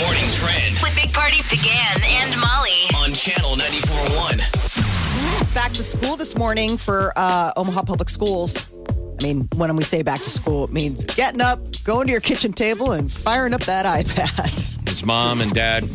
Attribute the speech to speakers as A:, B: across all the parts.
A: Morning trend
B: with Big Party began and Molly.
A: on channel 94.1.
C: It's back to school this morning for uh, Omaha Public Schools. I mean, when we say back to school, it means getting up, going to your kitchen table, and firing up that iPad.
D: His mom and dad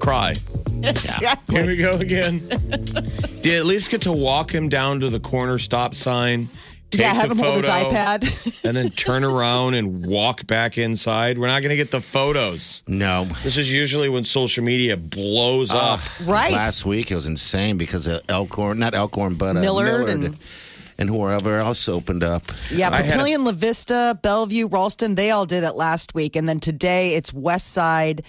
D: cry.
C: exactly.
D: Here we go again. Did you at least get to walk him down to the corner stop sign? Take
C: Yeah, have
D: the
C: him hold his
D: photo,
C: iPad.
D: and then turn around and walk back inside. We're not going to get the photos.
E: No.
D: This is usually when social media blows
C: Ah.
D: up.
C: right.
E: Last week it was insane because of Elkhorn, not Elkhorn, but uh,
C: Millard
E: Millard,
C: and-
E: and, whoever else opened up.
C: yeah,
D: I had a-
C: Papillion, La Vista, Bellevue, Ralston, they all did it last week. And then today it's West Side,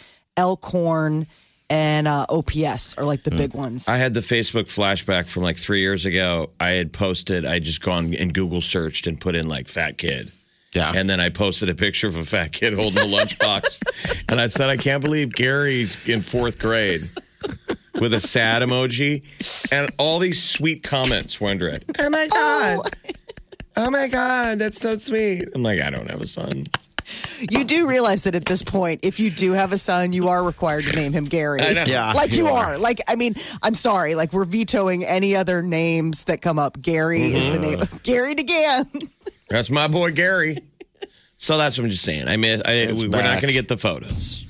C: Elkhorn, and uh, OPS are like the big ones.
D: Mm. I had the Facebook flashback from like three years ago. I had posted, I just gone and Google searched and put in like fat kid.
E: Yeah.
D: And then I posted a picture of a fat kid holding a lunchbox. and I said, I can't believe Gary's in fourth grade with a sad emoji. And all these sweet comments were under it. Oh my God. Oh my God. That's so sweet. I'm like, I don't have a son.
C: you do realize that at this point, if you do have a son, you are required to name him Gary.
D: I know.
E: Yeah,
C: like you,
E: you
C: are. Like I mean, I'm sorry. Like we're vetoing any other names that come up. Gary is the name. Gary DeGan.
D: That's my boy Gary. So that's what I'm just saying. I mean, I,
E: It's
D: we, we're not
E: back.
D: going to get the photos.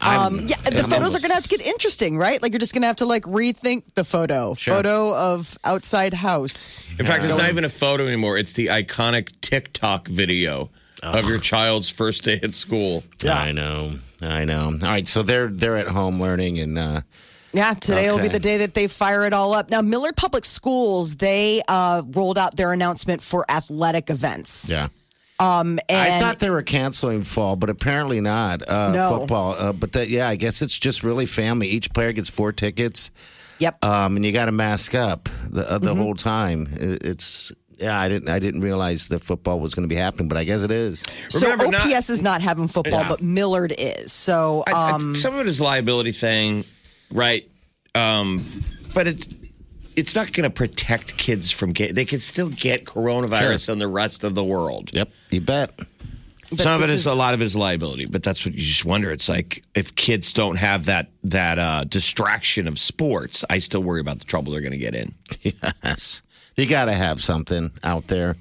C: Um, yeah, the
E: I'm
C: photos are
E: almost-
C: going to have to get interesting, right? Like you're just going to have to like rethink the photo. Photo of outside house.
D: In fact, it's not even a photo anymore. It's the iconic TikTok video of your child's first day at school.
E: I know. I know. All right, so they're they're at home learning and uh,
C: Yeah, today will be
E: Okay.
C: the day that they fire it all up. Now, Millard Public Schools they uh, rolled out their announcement for athletic events.
E: yeah.
C: Um, and
E: I thought they were canceling fall, but apparently not. Uh,
C: No.
E: Football, uh, but that yeah, I guess it's just really family. Each player gets four tickets,
C: yep.
E: um, and you got to mask up the uh, the
C: Mm-hmm.
E: whole time. It, it's yeah, I didn't I didn't realize that football was going to be happening, but I guess it is.
C: so
D: Remember,
C: OPS
D: not-
C: is not having football, but Millard is. So
D: I, I-
C: um,
D: some of it is liability thing, right? Um, but it it's not going to protect kids from get. They can still get coronavirus
E: Sure.
D: on the rest of the world.
E: Yep, you bet.
C: but
D: Some of it
C: this
D: is, a lot of it is liability, but that's what you just wonder. It's like if kids don't have that that uh, distraction of sports, I still worry about the trouble they're going to get in.
E: Oh. Yes. You got to have something out there.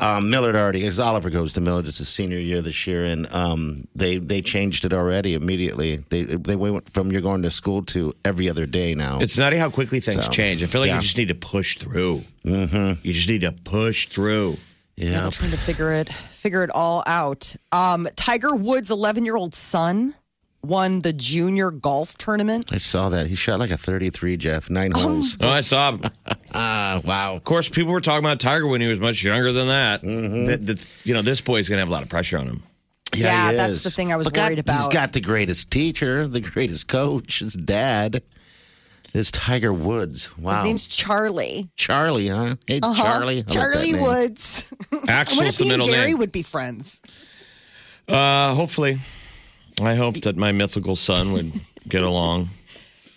E: Um, Millard already, because Oliver goes to Millard. It's his senior year this year, and um, they they changed it already immediately. They they went from you're going to school to every other day now.
D: It's nutty how quickly things
E: So,
D: change. I feel like
E: yeah.
D: you just need to push through. Mm-hmm. You just need to push through.
C: Yeah, they're
E: yeah.
C: trying to figure it figure it all out. Um, Tiger Woods' 11 year old son won the junior golf tournament.
E: I saw that. He shot like a 33, Jeff, nine holes.
D: Oh, I saw. Of
E: Ah, wow.
D: course, people were talking about Tiger when he was much younger than that.
C: Mm-hmm.
D: That- that- you know, this boy's going to have a lot of pressure on him.
C: Yeah,
E: he
C: that's
E: is.
C: the thing I was
E: But God,
C: worried
E: He's
C: about.
E: got the greatest teacher, the greatest coach, his dad. His Tiger Woods. Wow.
C: His name's Charlie.
E: Charlie, huh? Hey,
C: Uh-huh.
E: Charlie. I like that
C: Charlie
E: name.
C: Woods. I wonder if
D: Axel's the
C: he and
D: middle
C: Gary
D: name.
C: would be friends.
D: Uh, hopefully, I hope that my mythical son would get along.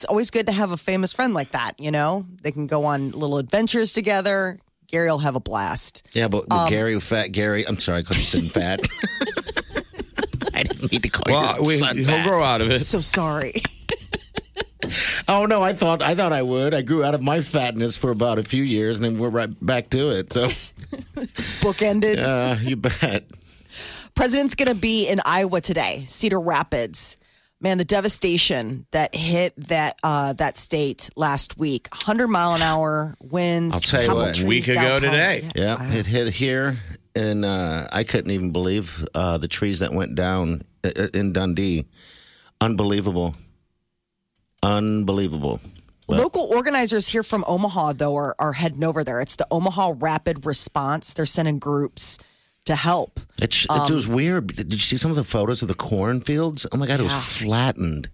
C: It's always good to have a famous friend like that, you know? They can go on little adventures together. Gary will have a blast.
E: Yeah, but with Gary, fat Gary. I'm sorry, I couldn't send fat. I didn't need to call
D: Well,
E: your
D: we,
E: son
D: he'll
E: fat.
D: grow out of it.
C: So sorry.
E: Oh no, I thought I thought I would. I grew out of my fatness for about a few years, and then we're right back to it. So
C: Bookended.
E: uh, you bet.
C: President's going to be in Iowa today, Cedar Rapids. Man, the devastation that hit that uh, that state last week. 100 mile an hour winds.
E: I'll tell you
C: couple
E: what.
C: trees
D: Week ago
C: down-
D: today.
E: Yeah, it hit here, and uh, I couldn't even believe uh, the trees that went down i- i- in Dundee. Unbelievable. Unbelievable.
C: Local organizers here from Omaha, though, are, are heading over there. It's the Omaha Rapid Response. They're sending groups to help.
E: It's, it was weird. Did you see some of the photos of the cornfields? Oh my God, it was flattened.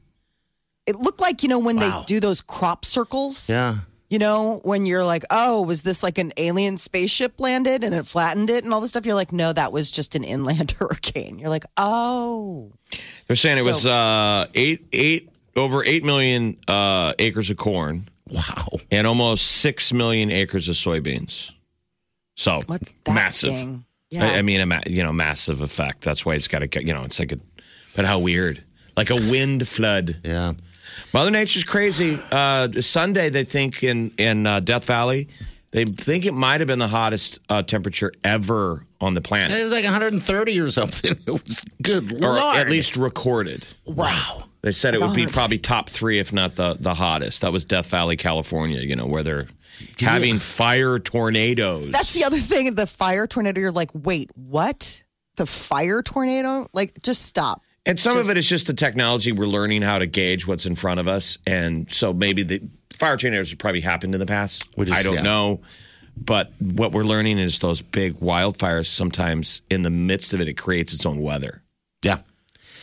C: It looked like, you know, when
E: Wow.
C: they do those crop circles.
E: Yeah.
C: You know, when you're like, oh, was this like an alien spaceship landed and it flattened it and all this stuff? You're like, no, that was just an inland hurricane. You're like, oh.
D: They're saying it was
C: So-
D: uh, eight eight over eight million uh, acres of corn
E: Wow.
D: and almost six million acres of soybeans. So
C: What's that
D: massive.
C: thing?
D: I- I, mean, a ma- you know, massive effect. That's why it's got to, you know, it's like a, but how weird, like a wind flood.
E: Yeah.
D: Mother Nature's crazy. Uh, Sunday, they think in in uh, Death Valley, they think it might have been the hottest uh, temperature ever on the
E: It
D: planet,
E: was like 130 or something. It was good
D: or
E: lord.
D: at least recorded.
E: wow.
D: They said it would be probably top three, if not the the hottest. That was Death Valley, California. You know where they're having fire tornadoes.
C: That's the other thing. The fire tornado, you're like, wait, what? The fire tornado? Like, just stop.
D: And some
C: Just-
D: of it is just the technology. We're learning how to gauge what's in front of us. And so maybe the fire tornadoes have probably happened in the past.
E: We just-
D: I don't
E: yeah.
D: know. But what we're learning is those big wildfires sometimes in the midst of it, it creates its own weather.
E: Yeah.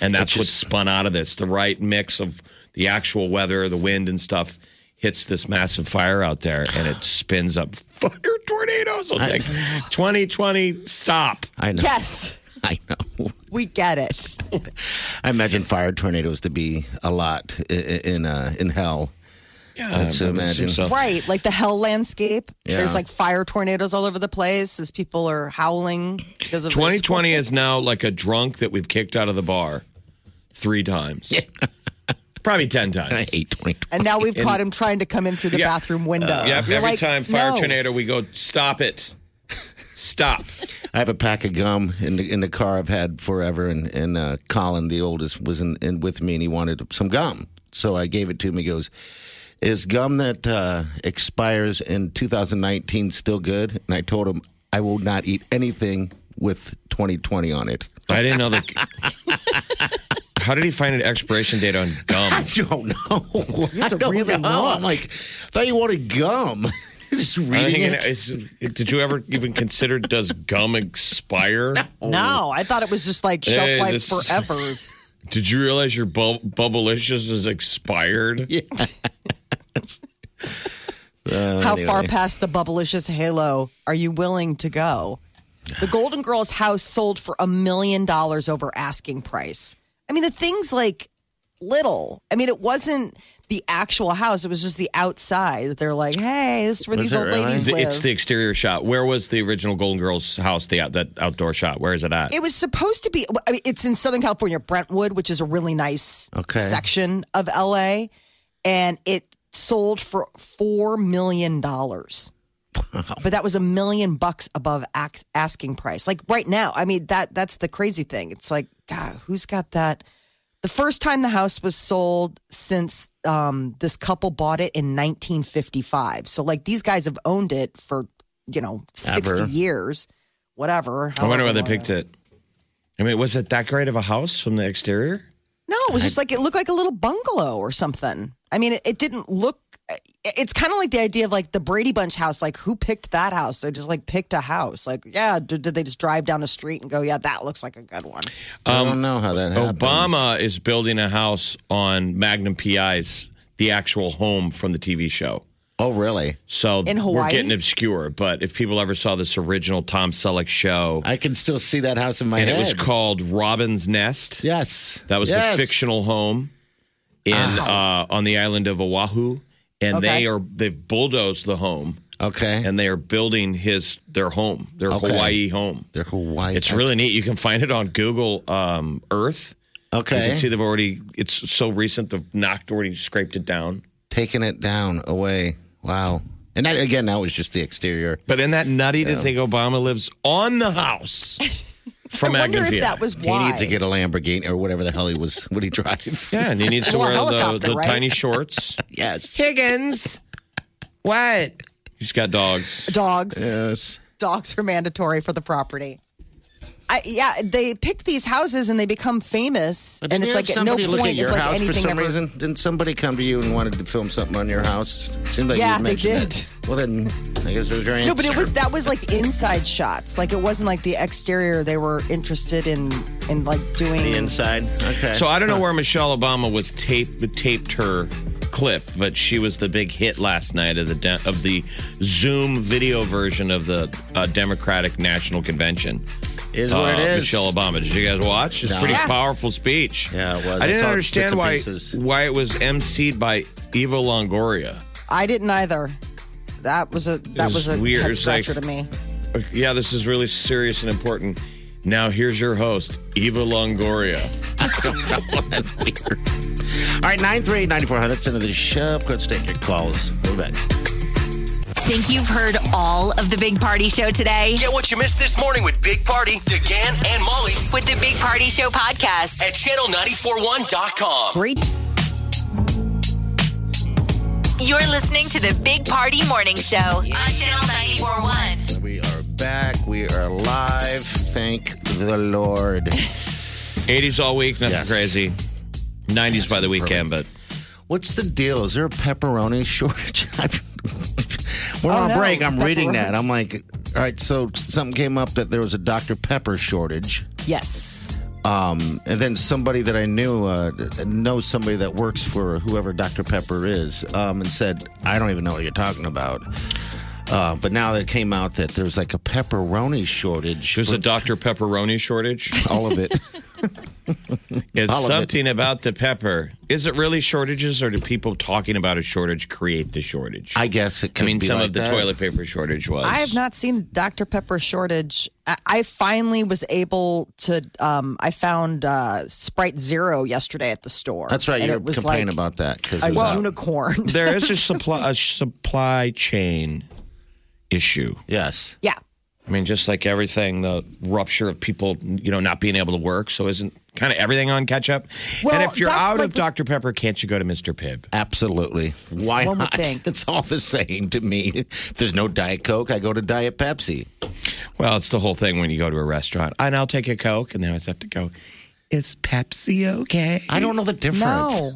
D: And that's
E: It
D: what's
E: just-
D: spun out of this. The right mix of the actual weather, the wind and stuff hits this massive fire out there and it spins up fire tornadoes. I'm like, 2020, stop.
E: I know.
C: Yes,
E: I know.
C: we get it.
E: I imagine fire tornadoes to be a lot i- i- in uh, in hell.
D: Yeah,
E: so imagine.
C: Right. Like the hell landscape.
E: Yeah.
C: There's like fire tornadoes all over the place as people are howling because of this.
D: 2020 is now like a drunk that we've kicked out of the bar three times. Probably 10 times.
E: I hate 2020.
C: And now we've caught him trying to come in through the
D: Yeah. Uh,
C: bathroom window.
D: Yep.
C: uh, You're
D: Every
C: like,
D: time fire
C: no.
D: tornado, we go, stop it. Stop.
E: I have a pack of gum in the, in the car I've had forever, and and uh, Colin, the oldest, was in, in with me, and he wanted some gum, so I gave it to him. He goes, "Is gum that uh, expires in 2019 still good?" And I told him I will not eat anything with 2020 on it.
D: I didn't know that. How did he find an expiration date on gum?
E: don't know. You
C: have to really look.
E: I'm like, I thought you wanted gum. Just
D: I
E: reading
D: think
E: it.
D: it's, did you ever even consider does gum expire?
C: No, I thought it was just like shelf
D: Hey,
C: life
D: this is-
C: forever's.
D: Did you realize your bu- bubblicious is expired? Oh,
C: How
E: anyway.
C: far past the bubblicious halo are you willing to go? The Golden Girls house sold for a million dollars over asking price. I mean, the thing's like little. I mean, it wasn't the actual house, it was just the outside that they're like, hey, this is where
E: Was
C: these
E: it
C: old
E: really?
C: ladies
D: The-
C: live.
D: It's the exterior shot. Where was the original Golden Girls house? The out, that outdoor shot. Where is it at?
C: it was supposed to be, I mean, it's in Southern California, Brentwood, which is a really nice
E: Okay.
C: section of LA. And it sold for $4 million. But that was a million bucks above ax- asking price. Like right now, I mean, that that's the crazy thing. It's like, God, who's got that? The first time the house was sold since um, this couple bought it in 1955. So, like, these guys have owned it for, you know, 60
E: Ever.
C: years, whatever.
D: I wonder why they
C: however long.
D: picked it. I mean, was it that great of a house from the exterior?
C: No, it was just like it looked like a little bungalow or something. I mean, it, it didn't look. It's kind of like the idea of like the Brady Bunch house. Like, who picked that house? They just like picked a house. Like, yeah, did, did they just drive down the street and go, yeah, that looks like a good one?
E: I don't know how that happened.
D: um, Obama is building a house on Magnum PI's, the actual home from the TV show.
E: Oh, really?
D: So
C: In
D: we're
C: Hawaii?
D: getting obscure, but if people ever saw this original Tom Selleck show,
E: I can still see that house in my
D: and
E: head.
D: it was called Robin's Nest.
E: Yes.
D: That was
E: Yes.
D: the fictional home in uh, on the island of Oahu, and
C: Okay.
D: they are they've bulldozed the home
E: Okay.
D: and they are building his their home, their
E: Okay.
D: Hawaii home.
E: They're Hawaii.
D: It's really neat. You can find it on Google um, Earth. You
E: okay.
D: can see they've already. It's so recent. They've knocked already scraped it down.
E: Taking it down away. Wow. And that, again, that was just the exterior.
D: But in that nutty to think Obama lives on the house from
C: I wonder
D: Magnum
C: if
D: PI.
C: that was
E: He
C: why.
E: needs to get a Lamborghini or whatever the hell he was. Would he drive?
D: yeah, and he needs to
C: Or a
D: wear the,
C: helicopter,
D: the
C: right?
D: tiny shorts.
E: yes.
D: Higgins, what? He's got dogs.
C: dogs.
E: Yes.
C: Dogs are mandatory for the property. I, yeah, they pick these houses and they become famous,
E: But
C: and
E: didn't
C: it's like
E: you have
C: at no
E: somebody look
C: point is
E: at your
C: like
E: house
C: anything
E: for some
C: ever.
E: reason. Didn't somebody come to you and wanted to film something on your house? Seemed like
C: Yeah,
E: you
C: they
E: mentioned
C: did.
E: That. Well, then I guess there's your answer.
C: No, but it was that was like inside shots. Like it wasn't like the exterior. They were interested in in like doing.
E: the inside. Okay.
D: So I don't know where Michelle Obama was taped taped her clip, but she was the big hit last night of the de- of the Zoom video version of the uh, Democratic National Convention.
E: is what
D: Uh,
E: it is.
D: Michelle Obama. Did you guys watch? It's a
E: No.
D: pretty
E: Yeah.
D: powerful speech.
E: Yeah, it was.
D: I
E: I
D: didn't
E: saw bits
D: understand
E: and
D: why
E: pieces.
D: why it was emceed by Eva Longoria.
C: I didn't either. That was a that
D: was
C: was, a
D: weird. It
C: head
D: was like-
C: scratcher to me.
D: Yeah, this is really serious and important. Now here's your host, Eva Longoria.
E: That's weird. All right, 938 9400. That's into the show. Of course, take your calls. We're back.
B: Think you've heard all of the Big Party Show today?
A: Get what you missed this morning with Big Party, DeGan, and Molly
B: With the Big Party Show podcast.
A: at channel941.com.
C: Great.
B: You're listening to the Big Party Morning Show on Channel 941.
E: We are back. We are live. Thank the Lord.
D: 80s all week, nothing
E: Yes.
D: crazy. 90s by the weekend, but
E: What's the deal? Is there a pepperoni shortage? We're
C: Oh,
E: on
C: no,
E: break. I'm reading
C: pepperoni.
E: that. I'm like, all right, so something came up that there was a Dr. Pepper shortage.
C: Yes.
E: Um, and then somebody that I knew uh, knows somebody that works for whoever Dr. Pepper is, um, and said, "I don't even know what you're talking about." Uh, but now that came out that there's like a pepperoni shortage.
D: there's a Dr. Pepperoni shortage.
E: all of it.
D: It's
E: All of it.
D: something about the pepper. Is it really shortages, or do people talking about a shortage create the shortage? I,
E: I guess it could.
D: mean,
E: be
D: some
E: like
D: of the
E: that.
D: toilet paper shortage was.
C: I have not seen Dr. Pepper shortage. I, I finally was able to. Um, I found uh, Sprite Zero yesterday at the store.
E: That's right.
C: And
E: You're
C: it was
E: complaining
C: like
E: about that because
C: a unicorn.
D: There is a supply a supply chain issue.
E: yes,
C: yeah.
D: I mean, just like everything, the rupture of people, you know, not being able to work. So isn't kind of everything on catch up?
C: Well,
D: and if you're
C: doc-
D: out
C: like-
D: of Dr. Pepper, can't you go to Mr. Pibb?
E: absolutely. Why
C: One would
E: not?
C: think.
E: It's all the same to me. If there's no Diet Coke, I go to Diet Pepsi.
D: Well, it's the whole thing when you go to a restaurant. And I'll take a Coke, and then I always have to go, is Pepsi okay?
E: I don't know the difference.
C: No,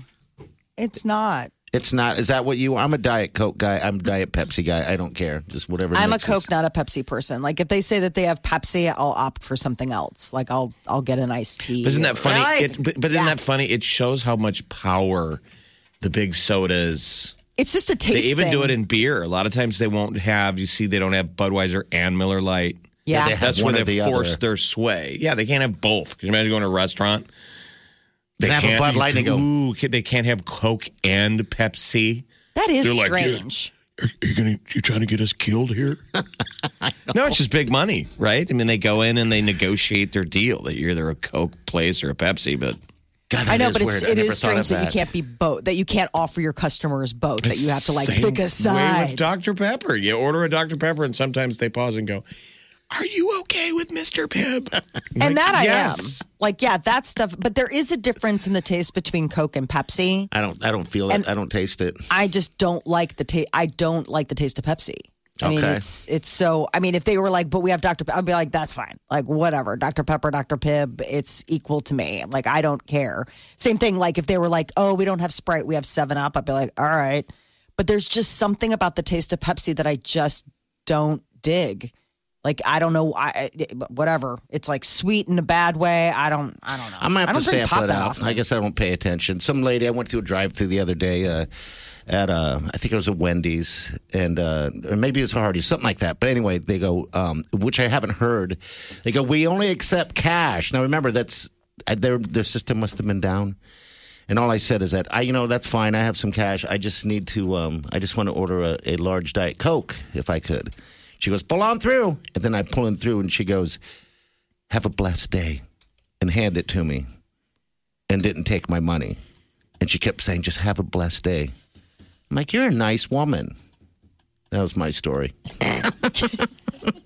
C: it's not.
E: It's not. Is that what you? I'm a Diet Coke guy. I'm a Diet Pepsi guy. I don't care. Just whatever.
C: I'm a
E: mixes.
C: Coke, not a Pepsi person. Like if they say that they have Pepsi, I'll opt for something else. Like I'll I'll get an iced tea.
D: Isn't that funny?
E: Right.
D: It, but, but isn't that funny? It shows how much power the big sodas.
C: It's just a taste.
D: they even
C: thing.
D: do it in beer. A lot of times they won't have. You see, they don't have Budweiser and Miller Lite.
C: Yeah.
E: they have
D: That's where
E: one
D: they
E: or the other.
D: force their sway. Yeah, they can't have both. Because imagine going to a restaurant. They
E: Can I have a Bud Light and
D: you-
E: go-
D: Ooh, can- they can't have Coke and Pepsi.
C: that is
D: They're like, yeah.
C: strange.
D: Are you gonna? You trying to get us killed here? no, it's just big money, right? I mean, they go in and they negotiate their deal that you're either a Coke place or a Pepsi, but
E: God, that
C: I know,
E: is
C: but it's,
E: weird.
C: it
E: I
C: is
E: never thought of
C: strange that you can't be both. That you can't offer your customers both. That you have to like
D: Same
C: pick a
D: Way
C: side.
D: with Dr. Pepper. You order a Dr. Pepper, and sometimes they pause and go, Are you okay with Mr. Pibb?
C: and that I
D: yes.
C: am. Like yeah, that stuff. But there is a difference in the taste between Coke and Pepsi.
E: I don't. I don't feel it. I don't taste it.
C: I just don't like the taste. I don't like the taste of Pepsi. I mean,
E: Okay.
C: it's it's so. I mean, if they were like, "But we have Dr. Pepper," I'd be like, "That's fine. Like, whatever. Dr. Pepper, Dr. Pibb, it's equal to me. Like, I don't care." Same thing. Like, if they were like, "Oh, we don't have Sprite, we have Seven Up," I'd be like, "All right." But there's just something about the taste of Pepsi that I just don't dig. Like, I don't know. I I- whatever. It's like sweet in a bad way. I don't. I don't know.
E: I'm
C: I
E: gonna have
C: don't
E: to
C: drink
E: sample
C: pop
E: it
C: that
E: out.
C: often.
E: I guess I don't pay attention. Some lady I went through a drive-through the other day uh, at uh, I think it was a Wendy's and uh, or maybe it's a Hardee's, something like that. But anyway, they go, um, which I haven't heard. They go, we only accept cash. Now remember, that's uh, their their system must have been down. And all I said is that I, you know, that's fine. I have some cash. I just need to. Um, I just want to order a, a large diet coke if I could. She goes, pull on through, and then I pull in through, and she goes, have a blessed day, and hand it to me and didn't take my money. And she kept saying, just have a blessed day. I'm like, you're a nice woman. That was my story.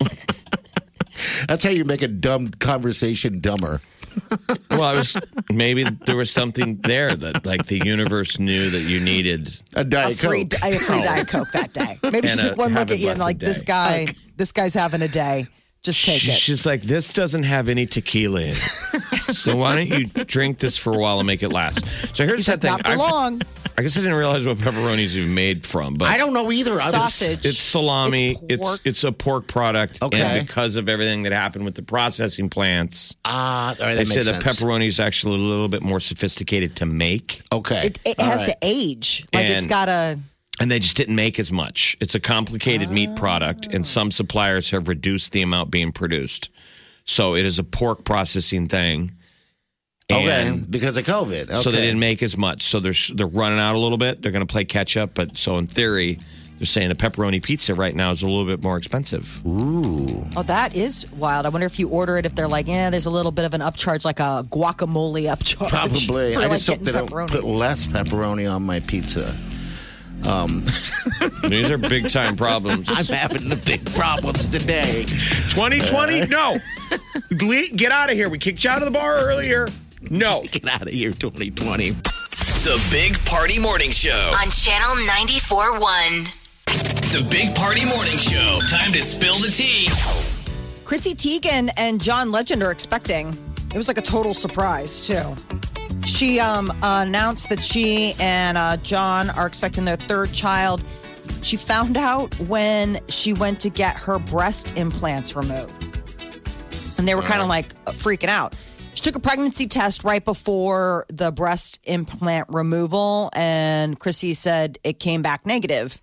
E: That's how you make a dumb conversation dumber.
D: well, I was maybe there was something there that like the universe knew that you needed.
E: A
C: a
E: Diet
C: free,
E: Coke.
C: I had free Diet Coke that day. Maybe she
D: And
C: took
D: a-
C: one
D: have
C: look at
D: a
C: you and
D: blessed
C: like this
D: day.
C: guy, this guy's having a day. Just take
D: She's
C: it.
D: just like, this doesn't have any tequila in it. so why don't you drink this for a while and make it last? So here's that thing.
C: Not for
D: I-
C: long.
D: I guess I didn't realize what pepperoni's even made from, but
E: I don't know either. I was-
C: Sausage.
D: It's salami.
C: It's
D: It's
C: pork.
D: it's, a pork product.
E: Okay.
D: And because of everything that happened with the processing plants,
E: Ah, all right,
D: they
E: that
D: say
E: makes
D: that
E: sense.
D: pepperoni is actually a little bit more sophisticated to make,
E: Okay,
C: It, it
E: All
C: has
E: right.
C: to age. Like it's
D: And-
C: got to.
D: and they just didn't make as much. It's a complicated meat product,
E: Ah.
D: and some suppliers have reduced the amount being produced. So it is a pork processing thing.
E: Okay,
D: And
E: because of COVID. Okay.
D: So they didn't make as much. So they're they're running out a little bit. They're going to play catch up. But so in theory, they're saying a pepperoni pizza right now is a little bit more expensive.
C: Oh, that is wild. I wonder if you order it if they're like, yeah, there's a little bit of an upcharge, like a guacamole upcharge.
E: Probably.
C: For,
E: I
C: like,
E: just hope they
C: getting
E: don't
C: pepperoni.
E: put less pepperoni on my pizza.
D: These are big time problems.
E: I'm having the big problems today.
D: 2020? No. Le- Get out of here. We kicked you out of the bar earlier. No.
E: Get out of here, 2020.
A: The Big Party Morning Show.
B: On Channel 94.1.
A: The Big Party Morning Show. Time to spill the tea.
C: Chrissy Teigen and John Legend are expecting. It was like a total surprise too. She um, announced that she and uh, John are expecting their third child. She found out when she went to get her breast implants removed, and they were kind of like uh, freaking out. She took a pregnancy test right before the breast implant removal, and Chrissy said it came back negative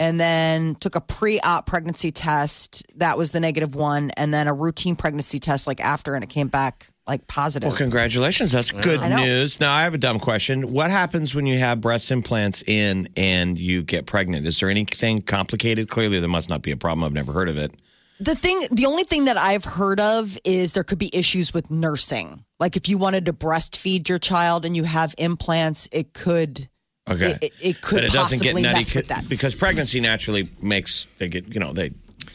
C: and then took a pre-op pregnancy test that was the negative one and then a routine pregnancy test like after and it came back like positive
D: Well, congratulations. That's good
C: I know.
D: news. Now, I have a dumb question. What happens when you have breast implants in and you get pregnant? Is there anything complicated? Clearly, there must not be a problem. I've never heard of it.
C: the thing the only thing that i've heard of is there could be issues with nursing like if you wanted to breastfeed your child and you have implants it could
D: Okay.
C: it, it, it could
D: but it doesn't
C: possibly
D: get nutty
C: mess with
D: c-
C: that
D: because pregnancy naturally makes, they get, you know, they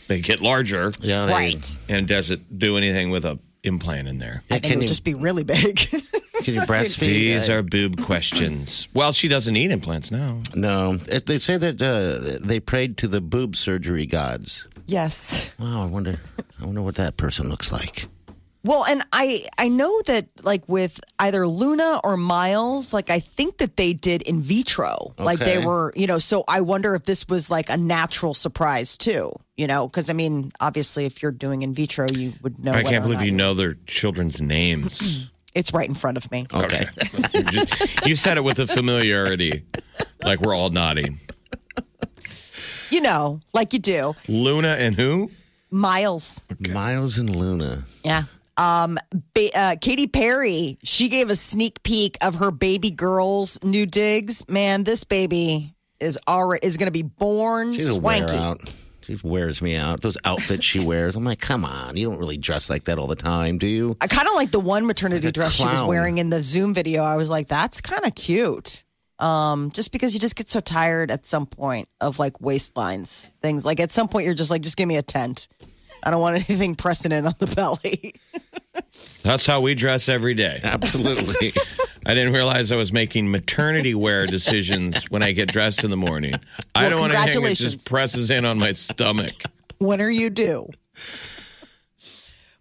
D: they get larger.
E: Yeah, they-
C: right
D: And does it do anything with a implant in there?
C: i think it
E: can,
C: would
E: you,
C: just be really big
E: can you breastfeed?
D: These are boob questions. Well, she doesn't need implants now.
E: Uh, No. It- They say that uh, they prayed to the boob surgery gods.
C: yes
E: Wow, I wonder. I wonder what that person looks like.
C: Well, and I I know that like with either Luna or Miles, like I think that they did in vitro. Like they
E: Okay.
C: were, you know, so I wonder if this was like a natural surprise too, you know, cuz I mean, obviously if you're doing in vitro, you would know
D: I
C: whether
D: can't
C: or
D: believe
C: Oh, not-
D: you know their children's names.
C: It's right in front of me.
E: Okay.
D: you, just- you said it with a familiarity, like we're all nodding.
C: You know, like you do.
D: Luna and who?
C: Miles.
E: Miles and Luna.
C: Yeah. Um, ba- uh, Katy Perry, she gave a sneak peek of her baby girl's new digs. Man, this baby is already is going to be born
E: She's a wear
C: swanky.
E: out. She wears me out. Those outfits she wears. I'm like, come on. You don't really dress like that all the time, do you?
C: I kind of like the one maternity
E: Like a
C: dress she was
E: clown.
C: wearing in the Zoom video. I was like, that's kind of cute. Um, just because you just get so tired at some point of like waistlines, things like at some point you're just like, just give me a tent. I don't want anything pressing in on the belly.
D: That's how we dress every day.
E: Absolutely.
D: I didn't realize I was making maternity wear decisions when I get dressed in the morning. I
C: Well,
D: don't want anything that
C: congratulations.
D: just presses in on my stomach.
C: when are you due?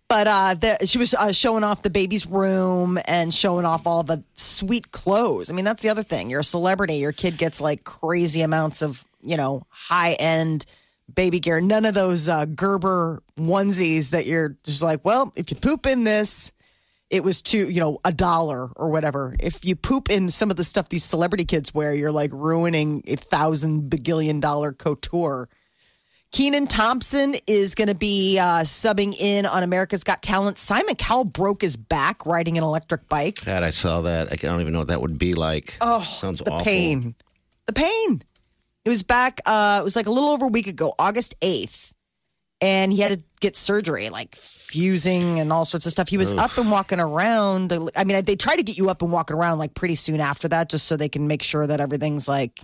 C: But uh, the, she was uh, showing off the baby's room and showing off all the sweet clothes. I mean, that's the other thing. You're a celebrity. Your kid gets like crazy amounts of, you know, high end baby gear. None of those uh, Gerber onesies that you're just like, well, if you poop in this, it was two, you know, a dollar or whatever. If you poop in some of the stuff these celebrity kids wear, you're like ruining a thousand bagillion dollar couture. Keenan Thompson is going to be uh, subbing in on America's Got Talent. Simon Cowell broke his back riding an electric bike.
E: God, I saw that. I don't even know what that would be like. Oh, sounds
C: the
E: awful.
C: pain. The pain. It was back, uh, it was like a little over a week ago, August 8th. And he had to get surgery, like fusing and all sorts of stuff. He was up and walking around. I mean, they try to get you up and walking around like pretty soon after that, just so they can make sure that everything's like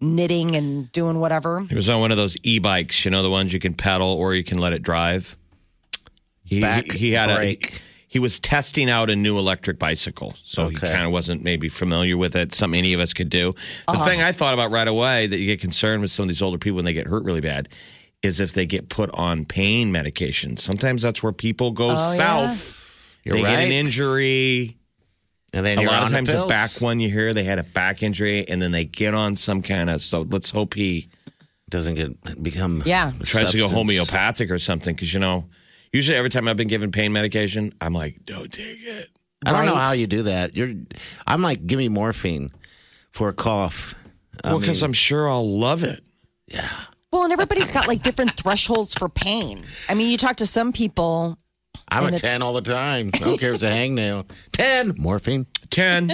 C: knitting and doing whatever.
D: He was on one of those e-bikes, you know, the ones you can pedal or you can let it drive. He,
E: Back
D: he, he had
E: brake.
D: a he was testing out a new electric bicycle, so he
E: Okay.
D: kind of wasn't maybe familiar with it. Something any of
E: Uh-huh.
D: us could do. The thing I thought about right away that you get concerned with some of these older people when they get hurt really bad is if they get put on pain medication. Sometimes that's where people go south.
E: Oh, You're
D: they
E: right.
D: get an injury.
E: and then
D: a
E: you're
D: lot
E: on
D: of
E: the
D: times the
E: pills.
D: back one you hear they had a back injury and then they get on some kind of so let's hope he
E: doesn't get become
C: Yeah.
E: a
D: tries to go
E: substance.
D: homeopathic or something because you know usually every time I've been given pain medication I'm like don't take it
E: I don't know
C: Right.
E: how you do that. You're, I'm like, give me morphine for a cough. I
D: well because
E: mean,
D: I'm sure I'll love it
C: Well, and everybody's got like different thresholds for pain. I mean, you talk to some people.
E: I'm
C: and
E: a
C: it's-
E: ten all the time. I don't care if it's a hangnail. Ten morphine.
D: ten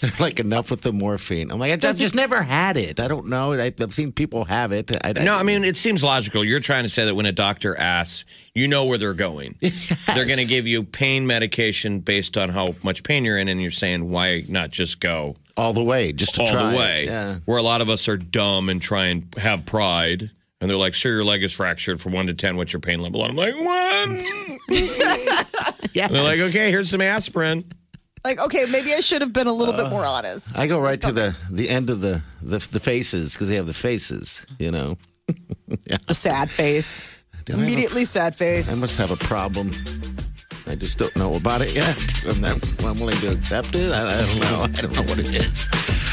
E: They're like enough with the morphine. I'm like, I've just, never had it. I don't know. I, I've seen people have it. I,
D: no I mean it seems logical you're trying to say that when a doctor asks you know where they're going they're going to give you pain medication based on how much pain you're in and you're saying why not just go
E: all the way just to
D: all
E: try it.
D: the way.
E: Yeah.
D: Where a lot of us are dumb and try and have pride. And they're like, sure, your leg is fractured from one to 10. What's your pain level? And I'm like, one.
E: Yeah.
D: And they're like, okay, here's some aspirin.
C: Like, okay, maybe I should have been a little bit more honest.
E: I go right to the the end of the the, the faces because they have the faces. You know,
C: A sad face.
E: Do I have a-
C: Immediately sad
E: I
C: face.
E: must have a problem. I just don't know about it yet. I'm not I'm willing to accept it. I, I don't know. I don't know what it is.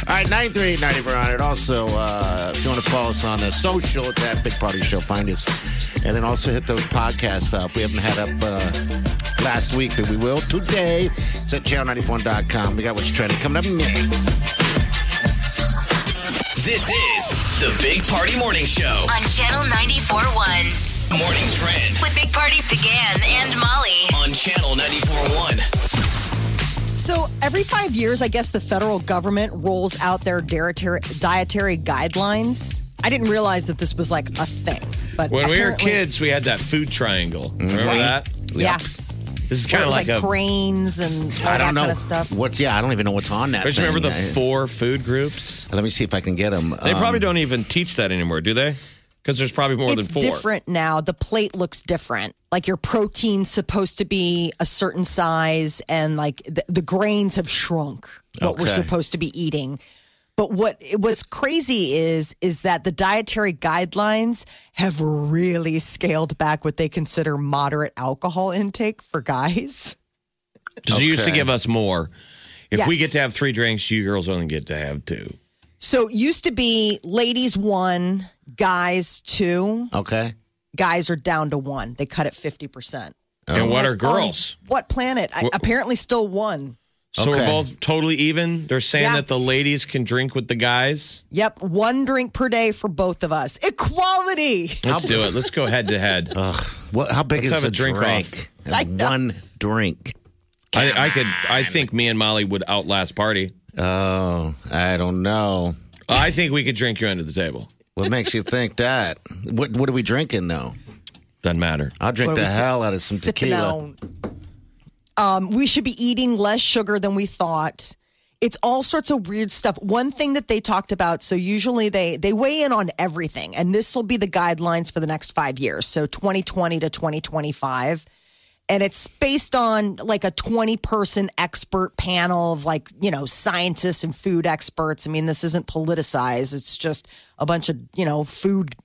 E: All right, 938-9400. Also, uh, if you want to follow us on uh, social, it's at Big Party Show. Find us. And then also hit those podcasts up. We haven't had up uh, last week, but we will today. It's at channel94.com. We got what's trending coming up next.
C: Oh,
A: This is the Big Party Morning Show.
B: on Channel 94.1
A: Morning Trend
B: with Big Party began and Molly.
A: on Channel 94.1.
C: So every five years, I guess the federal government rolls out their dietary, dietary guidelines. I didn't realize that this was like a thing. But
D: When we were
C: apparently-
D: kids, we had that food triangle.
E: Mm-hmm.
D: Remember that?
C: yeah,
D: This is
C: Where it
D: kind of
C: was
D: like,
C: like,
D: a.
C: grains and all
E: I don't
C: that
E: know
C: kind of stuff.
E: what's yeah. I don't even know what's on that.
D: I just
E: thing.
D: remember the
E: I- Um,
D: four food groups.
E: Let me see if I can get them.
D: They probably don't even teach that anymore, do they? Because there's probably more
C: it's
D: than four.
C: different now. The plate looks different. Like your protein's supposed to be a certain size, and like the, the grains have shrunk. What we're
E: Okay.
C: supposed to be eating. But what what's crazy is is that the dietary guidelines have really scaled back what they consider moderate alcohol intake for guys.
D: Because they used to
E: Okay.
D: give us more. If we get
C: Yes.
D: to have three drinks, you girls only get to have two.
C: So it used to be ladies one, guys two.
E: Um, Okay.
C: Guys are down to one. They cut it fifty percent.
E: Oh,
D: And what are
C: on
D: girls?
C: Oh, what planet? I, apparently, still one.
D: So we're
E: Okay.
D: both totally even. They're saying
C: Yeah.
D: that the ladies can drink with the guys.
C: Yep, one drink per day for both of us. Equality.
D: Let's do it. Let's go head to head.
C: Uh,
E: What? How big
D: Let's
E: is
D: have
E: the
D: a drink
E: drink?
C: I know.
E: One drink.
D: I, I could. I think me and Molly would outlast party.
E: Oh, I don't know.
D: I think we could drink you under the table.
E: What makes you think that? What What are we drinking though?
D: Doesn't matter.
E: I'll drink
C: What are
E: the
C: we si-
E: hell out of some tequila.
C: Sipping on. Um, we should be eating less sugar than we thought. It's all sorts of weird stuff. One thing that they talked about, so usually they they weigh in on everything, and this will be the guidelines for the next five years, so 2020 to 2025. And it's based on like a 20 person expert panel of like, you know, scientists and food experts. I mean, this isn't politicized. It's just a bunch of, you know, food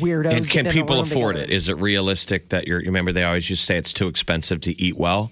C: weirdos.
D: And
C: getting
D: can
C: in a
D: people
C: room
D: afford
C: together.
D: it? Is it realistic that you're? Remember, they always just say it's too expensive to eat well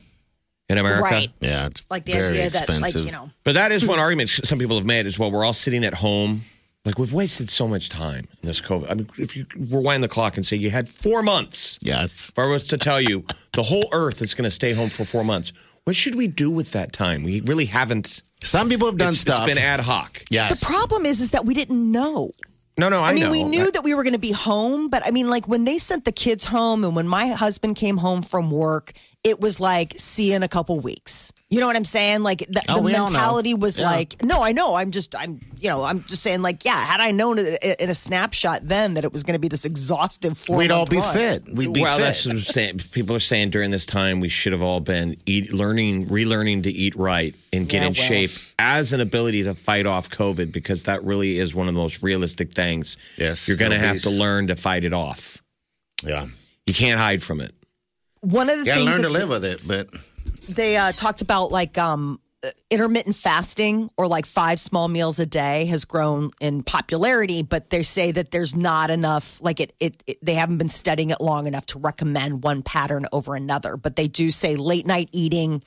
D: in America.
C: Right.
E: Yeah, it's
C: Like the
E: very
C: idea
E: expensive.
C: that, like, you know,
D: But that is one argument some people have made is well, we're all sitting at home. Like we've wasted so much time in this COVID. I mean, if you rewind the clock and say you had four months,
E: Yes.
D: if I was to tell you the whole Earth is going to stay home for four months, what should we do with that time? We really haven't.
E: Some people have done
D: It's-
E: stuff.
D: It's been ad hoc.
E: yes.
C: The problem is, is that we didn't know.
D: No, no, I,
C: I, mean,
D: know.
C: we knew that we were going to be home, but I mean, like when they sent the kids home and when my husband came home from work, it was like, see you in a couple weeks. You know what I'm saying? Like the,
E: Oh,
C: the
E: we all know.
C: mentality was
E: Yeah.
C: like, no, I know. I'm just, I'm, you know, I'm just saying, like, yeah. Had I known it i- in a snapshot then that it was going to be this exhaustive four,
E: We'd all
C: month
E: be
C: run.
E: fit. We'd be
D: well,
E: fit.
D: that's what I'm saying. People are saying during this time we should have all been eat, learning, relearning to eat right and get
C: Yeah, well.
D: in shape as an ability to fight off COVID because that really is one of the most realistic things.
E: Yes,
D: you're going to have
E: obese.
D: to learn to fight it off.
E: yeah.
D: You can't hide from it.
C: One of the
E: Got to
C: things
E: learn
C: that
E: to live with it, but
C: they uh, talked about like um intermittent fasting or like five small meals a day has grown in popularity, but they say that there's not enough, like it, it, it they haven't been studying it long enough to recommend one pattern over another. But they do say late night eating,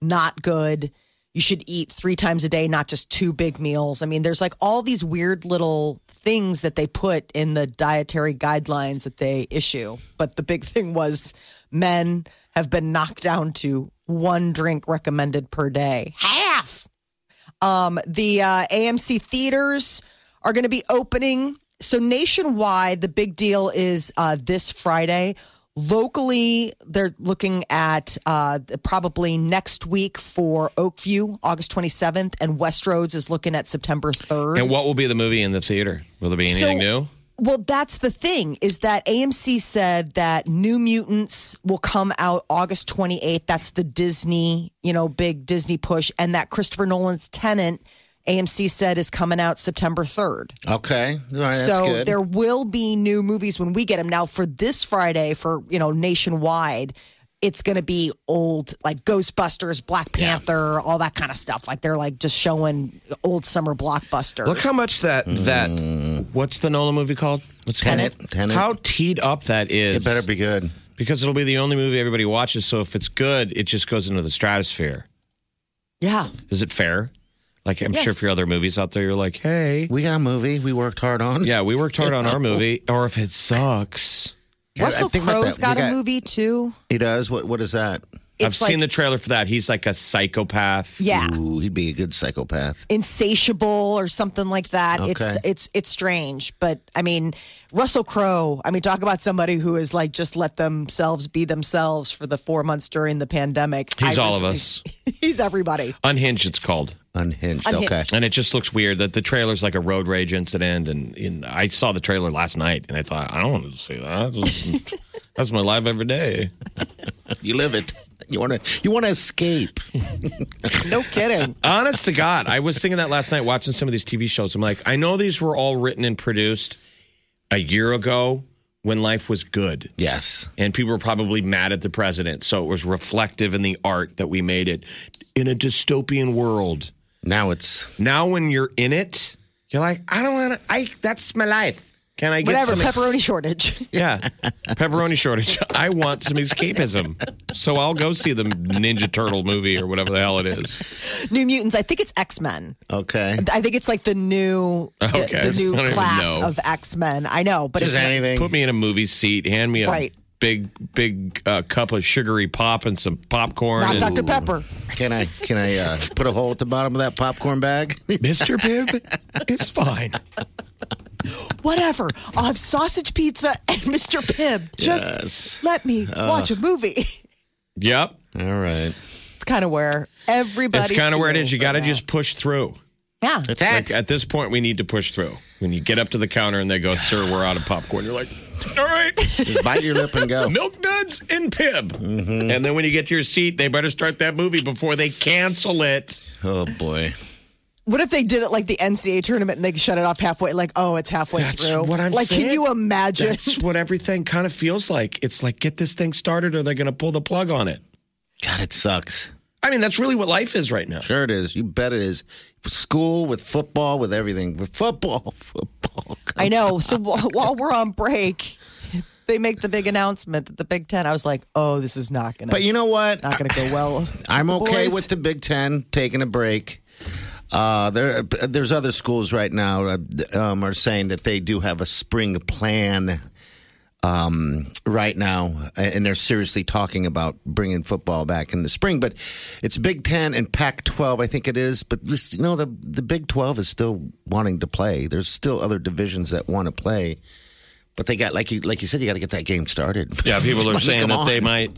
C: not good. You should eat three times a day, not just two big meals. I mean, there's like all these weird little things that they put in the dietary guidelines that they issue. But the big thing was men have been knocked down to one drink recommended per day. Half. Um, the uh, AMC theaters are going to be opening. So nationwide, the big deal is uh, this Friday. Locally, they're looking at uh, probably next week for Oakview, August 27th, and Westroads is looking at September 3rd.
D: And what will be the movie in the theater? Will there be anything
C: So-
D: new?
C: Well, that's the thing is that AMC said that New Mutants will come out August 28th. That's the Disney, you know, big Disney push. And that Christopher Nolan's Tenant, AMC said, is coming out September 3rd.
E: Okay. All
D: Oh,
E: right, that's
C: so
E: good.
C: there will be new movies when we get them. Now, for this Friday, for, you know, nationwide, it's going to be old, like Ghostbusters, Black Panther, all that kind of stuff. Like they're like just showing old summer blockbusters.
D: Look how much that that what's the Nolan movie called? What's it called?
E: Tenet. Tenet.
D: How teed up that is.
E: it better be good.
D: because it'll be the only movie everybody watches. So if it's good, it just goes into the stratosphere.
C: yeah.
D: Is it fair? Like I'm sure
C: Yes.
D: for your other movies out there, you're like, hey,
E: We got a movie we worked hard on.
D: yeah, we worked hard on our movie. Or if it sucks,
E: Yeah,
C: Russell
E: I think about
C: Crowe's
E: that. We
C: got, a movie too.
E: He does. What? What is that?
D: I've
C: It's
D: seen the
C: like-
D: trailer for that. He's like a psychopath.
C: Yeah.
E: Ooh, he'd be a good psychopath.
C: Insatiable or something like that. It's
E: Okay.
C: it's it's strange, but I mean, Russell Crowe. I mean, talk about somebody who is like just let themselves be themselves for the four months during the pandemic.
D: He's
C: I
D: all of us.
C: recently- He's everybody.
D: Unhinged, it's called.
E: Unhinged.
C: Unhinged.
E: Okay.
D: And it just looks weird that the trailer's like a road rage incident. And, and I saw the trailer last night and I thought, I don't want to see that. That's my life every day.
E: You live it. You want to. You want to escape.
C: No kidding.
D: Honest to God, I was thinking that last night watching some of these TV shows. I'm like, I know these were all written and produced a year ago when life was good.
E: Yes.
D: And people were probably mad at the president. So it was reflective in the art that we made it in a dystopian world.
E: Now it's.
D: Now, when you're in it, you're like, I don't want to, I, that's my life. Can I get
C: Whatever.
D: some ex-
C: Pepperoni shortage.
D: Yeah. Pepperoni shortage. I want some escapism. So I'll go see the Ninja Turtle movie or whatever the hell it is.
C: new Mutants. I think it's X Men.
E: Okay.
C: I think it's like the new the-
D: Okay.
C: the,
D: I don't
C: new
D: even
C: class
D: know.
C: of X Men. I know, but
E: Just
C: it's
E: anything.
D: Put me in a movie seat, hand me a
C: Right.
D: big, big uh, cup of sugary pop and some popcorn.
C: not
D: and-
C: Dr Pepper.
E: Can I? Can I uh, put a hole at the bottom of that popcorn bag?
D: Mr. Bibb, it's fine.
C: whatever. I'll have sausage pizza and Mr. Pibb. Just
E: Yes.
C: let me
D: Uh.
C: watch a movie. It's
D: Yep.
E: All right.
C: kind of where everybody.
D: It's kind of where it is. You got
C: feels
D: to just push through.
C: about- Yeah.
D: Like at this point, we need to push through. When you get up to the counter and they go, "Sir, we're out of popcorn," you're like, "All right,
E: Just bite your lip and go.
D: milk duds and pib." And then when you get to your seat, they better start that movie before they cancel it.
E: Oh boy.
C: What if they did it like the NCAA tournament and they shut it off halfway? Like, oh, it's halfway
D: That's
C: through.
D: what I'm
C: like,
D: saying.
C: can you imagine?
D: That's what everything kind of feels like. It's like get this thing started, or they're going to pull the plug on it.
E: God, it sucks.
D: I mean, that's really what life is right now.
E: Sure it is. You bet it is. With school, with football, with everything. With football, football.
C: I know. So wh- while we're on break, they make the big announcement that the Big Ten. I was like, oh, this is not gonna,
E: But you know what?
C: not gonna go well.
E: I'm
C: The
E: okay
C: boys.
E: with the Big Ten taking a break. Uh, there, there's other schools right now uh, um, are saying that they do have a spring plan um, right now, and they're seriously talking about bringing football back in the spring. But it's Big Ten and Pac-12, I think it is. But just, you know, the the Big 12 is still wanting to play. There's still other divisions that want to play, but they got like you like you said, you got to get that game started.
D: Yeah, people are
E: Like,
D: saying
E: come
D: that
E: on.
D: they might.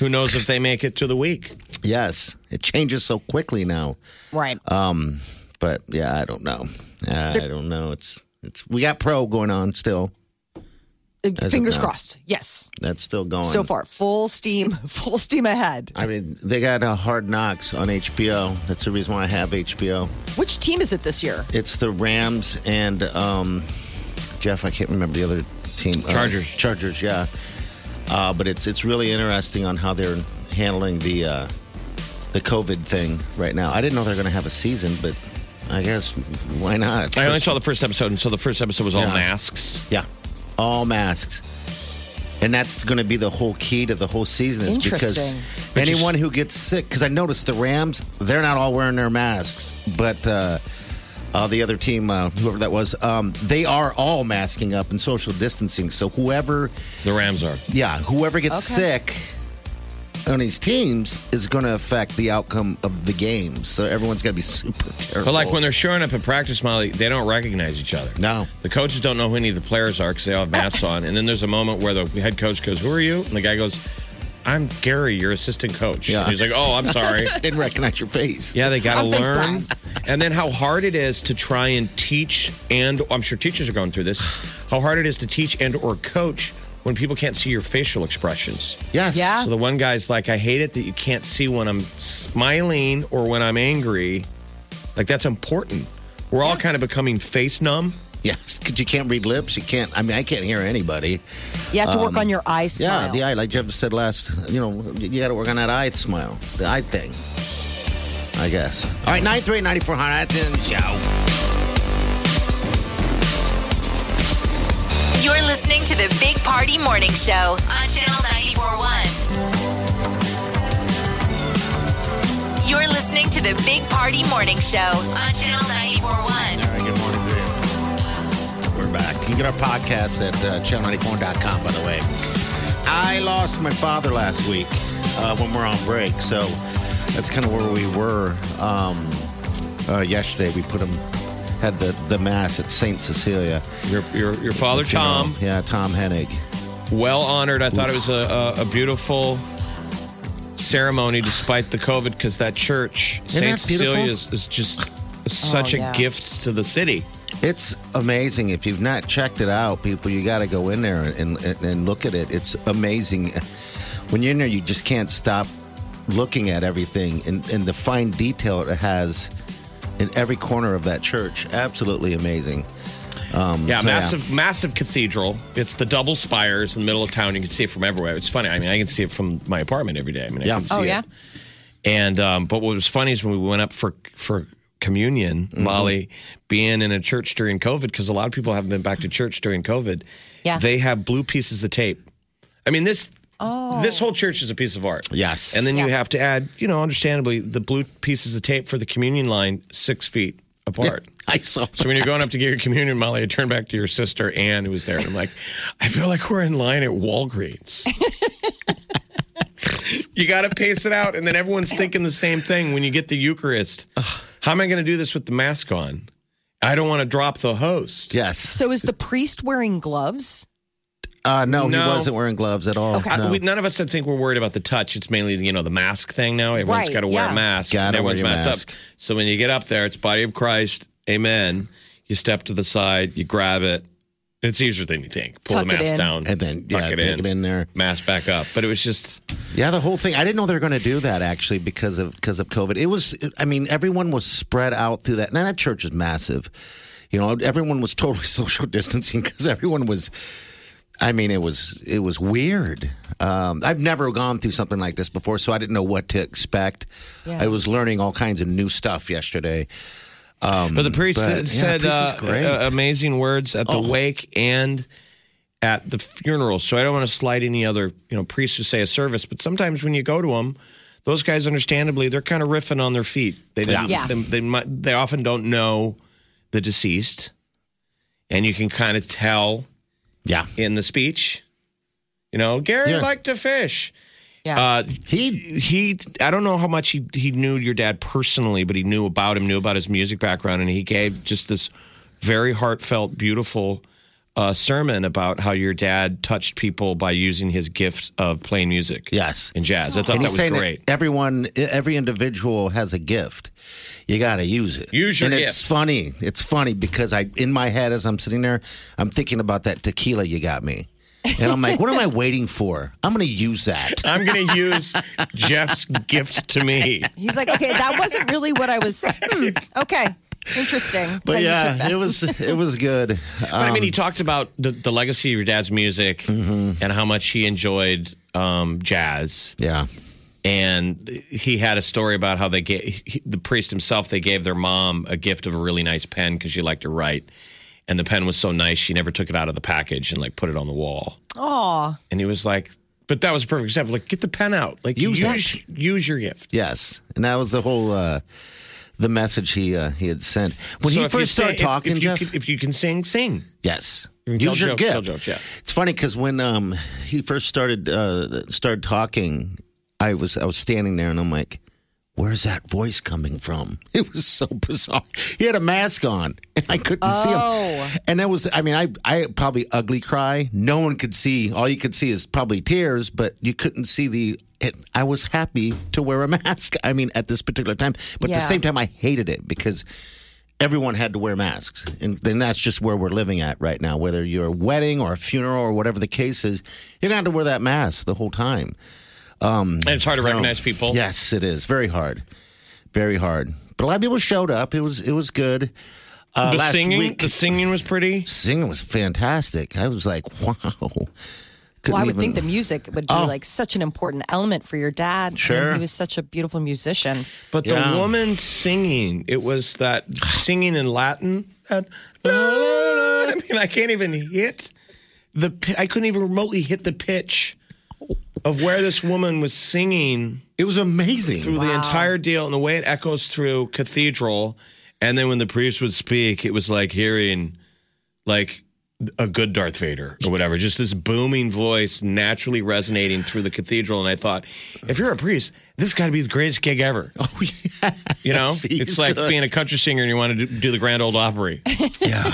D: Who knows if they make it to the week?
E: Yes, it changes so quickly now.
C: right.
D: Uh,
E: but yeah, I don't know. I don't know. It's it's we got pro going on still.
C: Fingers
E: now.
C: crossed. Yes.
E: That's still going.
C: So far, full steam, full steam ahead.
E: I mean, they got uh, Hard Knocks on HBO. That's the reason why I have HBO.
C: Which team is it this year?
E: It's the Rams and um, Jeff. I can't remember the other team. Uh,
D: Chargers.
E: Chargers. Yeah. Uh, but it's it's really interesting on how they're handling the uh, the COVID thing right now. I didn't know they're going to have a season, but I guess why not?
D: I only saw the first episode, and so the first episode was all
E: Yeah.
D: masks.
E: yeah, all masks. And that's going to be the whole key to the whole season. Is because
C: Interesting.
E: anyone who gets sick, because I noticed the Rams, they're not all wearing their masks, but uh, uh, the other team, uh, whoever that was, um, they are all masking up and social distancing. So whoever
D: The Rams are.
E: yeah, whoever gets
C: Okay.
E: sick on these teams is going to affect the outcome of the game. So everyone's got to be super careful.
D: But like when they're showing up at practice, Molly, they don't recognize each other.
E: no,
D: The coaches don't know who any of the players are because they all have masks on. And then there's a moment where the head coach goes, "Who are you?" And the guy goes, "I'm Gary, your assistant coach."
E: Yeah.
D: And he's like, "Oh, I'm sorry."
E: didn't recognize your face.
D: yeah, they got to
C: I'm face
D: learn. And then how hard it is to try and teach, and I'm sure teachers are going through this. How hard it is to teach and or coach when people can't see your facial expressions.
E: Yes.
C: Yeah.
D: So the one guy's like, I hate it that you can't see when I'm smiling or when I'm angry. Like that's important. We're all kind of becoming face numb.
E: Yes. 'cause you can't read lips. You can't. I mean, I can't hear anybody.
C: You have to work on your eye smile.
E: Um, Yeah, the eye, like Jeff said last. You know, you got to work on that eye smile, the eye thing. I guess. All right, nine three ninety four hundred. Ciao.
B: You're listening to the Big Party Morning Show on Channel 941. You're listening to the Big Party Morning Show on Channel 941.
E: All right, good morning to you. We're back. You can get our podcast at uh, channel94.com, by the way. I lost my father last week uh, when we're on break, so that's kind of where we were um, uh, yesterday. We put him, had the, the mass at St. Cecilia.
D: Your your, your father Tom,
E: Yeah, Tom Hennig.
D: well honored. I thought it was a, a, a beautiful ceremony despite the COVID because that church, St.
E: that beautiful? Oh,
D: Cecilia, is, is just such
C: yeah.
D: a gift to the city.
E: It's amazing. If you've not checked it out, people, you got to go in there and, and, and look at it. It's amazing. When you're in there, you just can't stop looking at everything and, and the fine detail it has in every corner of that church. Absolutely amazing.
D: Yeah,
E: So, yeah.
D: massive, massive cathedral. It's the double spires in the middle of town. You can see it from everywhere. It's funny. I mean, I can see it from my apartment every day. I mean, I
E: Yeah.
D: can see
C: Oh,
D: it.
C: yeah?
D: And um, but what was funny is when we went up for for communion, Molly, being in a church during COVID, because a lot of people haven't been back to church during COVID.
C: Yeah.
D: they have blue pieces of tape. I mean this. This whole church is a piece of art.
E: Yes.
D: And then you have to add, you know, understandably, the blue pieces of tape for the communion line six feet apart.
E: I saw.
D: So when you're going up to get your communion, Molly, I turned back to your sister Ann, who was there, and I'm like, I feel like we're in line at Walgreens. you got to pace it out, and then everyone's thinking the same thing when you get the Eucharist. How am I going to do this with the mask on? I don't want to drop the host.
E: Yes.
C: So is the priest wearing gloves?
E: Uh, no, he
D: No.
E: wasn't wearing gloves at all.
C: Okay.
D: I-
E: No.
D: we, none of us, I think, we're worried about the touch. It's mainly you know the mask thing now. Everyone's
C: Right,
D: got to wear
C: yeah.
D: a mask.
E: Gotta
D: and everyone's
E: wear your
D: masked
E: mask.
D: up. So when you get up there, it's body of Christ, Amen. You step to the side, you grab it. It's easier than you think. Pull
C: Tuck
D: the
C: it
D: mask
C: in.
D: down
E: and then
D: tuck
E: yeah,
D: it
E: take
D: in.
E: it in there.
D: mask back up. But it was just
E: Yeah, the whole thing. I didn't know they were going to do that actually because of because of COVID. It was. I mean, everyone was spread out through that. And that church is massive. You know, everyone was totally social distancing because everyone was. I mean, it was it was weird. Um, I've never gone through something like this before, so I didn't know what to expect. I was learning all kinds of new stuff yesterday.
D: But the priest
E: But, yeah,
D: said
E: the priest was
D: uh,
E: great.
D: uh, amazing words at the
C: Oh.
D: wake and at the funeral. So I don't want to slight any other you know priests who say a service, but sometimes when you go to them, those guys understandably they're kind of riffing on their feet. They didn't,
C: Yeah. Yeah.
D: They, they mu- they often don't know the deceased, and you can kind of tell
E: Yeah,
D: in the speech. You know, Gary
E: Yeah.
D: liked to fish.
C: Yeah.
D: Uh,
E: he
D: he I don't know how much he he knew your dad personally, but he knew about him, knew about his music background, and he gave just this very heartfelt, beautiful uh, sermon about how your dad touched people by using his gift of playing music.
E: Yes.
D: and jazz. I thought
E: and
D: that
E: he's
D: was
E: saying
D: great.
E: That everyone, e, every individual has a gift. You got to use it.
D: Use your
E: and it's
D: gift.
E: funny. It's funny because I, in my head, as I'm sitting there, I'm thinking about that tequila you got me, and I'm like, what am I waiting for? I'm going to use that.
D: I'm going to use Jeff's gift to me.
C: He's like, okay, that wasn't really what I was. hmm, okay, interesting.
E: But
C: that you took
E: yeah,
C: that.
E: it was it was good. Uh,
D: But I mean, he talked about the, the legacy of your dad's music and how much he enjoyed um, jazz.
E: Yeah,
D: and he had a story about how they gave he, the priest himself they gave their mom a gift of a really nice pen because she liked to write and the pen was so nice she never took it out of the package and like put it on the wall
C: Aw.
D: and he was like but that was a perfect example like get the pen out like
E: Use
D: use
E: it.
D: use, your gift
E: Yes, and that was the whole uh, the message he uh, he had sent when
D: So
E: he
D: if you
E: first
D: sing-
E: started
D: if-
E: talking,
D: if, you
E: Jeff.
D: can, if you can sing sing
E: yes,
D: You can Mm, tell
E: use your
D: joke-
E: gift.
D: tell jokes, yeah.
E: It's funny because when um, he first started uh, started talking, I was I was standing there and I'm like, "Where's that voice coming from?" It was so bizarre. He had a mask on and I couldn't see him. And that was I mean I I probably ugly cry. No one could see. All you could see is probably tears, but you couldn't see the. It, I was happy to wear a mask. I mean, at this particular time, but at the
C: Yeah.
E: same time, I hated it because everyone had to wear masks. And then that's just where we're living at right now, whether you're a wedding or a funeral or whatever the case is, you're going to have to wear that mask the whole time.
D: and it's hard to recognize people
E: Yes, it is. Very hard. Very hard. But a lot of people showed up. It was it was good. Uh,
D: the
E: last
D: singing
E: week-
D: the singing was pretty
E: singing was fantastic. I was like, wow. Couldn't
C: Well, I would
E: even- Oh.
C: think the music would be like such an important element for your dad. I mean,
E: Sure.
C: he was such a beautiful musician.
D: But
E: Yeah.
D: the woman singing, it was that singing in Latin. That, I mean, I can't even hit the. pi- I couldn't even remotely hit the pitch of where this woman was singing
E: it was amazing.
D: through the entire deal, and the way it echoes through cathedral, and then when the priest would speak, it was like hearing, like. A good Darth Vader or whatever, just this booming voice naturally resonating through the cathedral. And I thought, if you're a priest, this has got to be the greatest gig ever.
E: Oh yeah,
D: You know,
E: Yes, he's
D: it's like
E: good.
D: being a country singer and you want to do, do the Grand Old Opry.
E: yeah.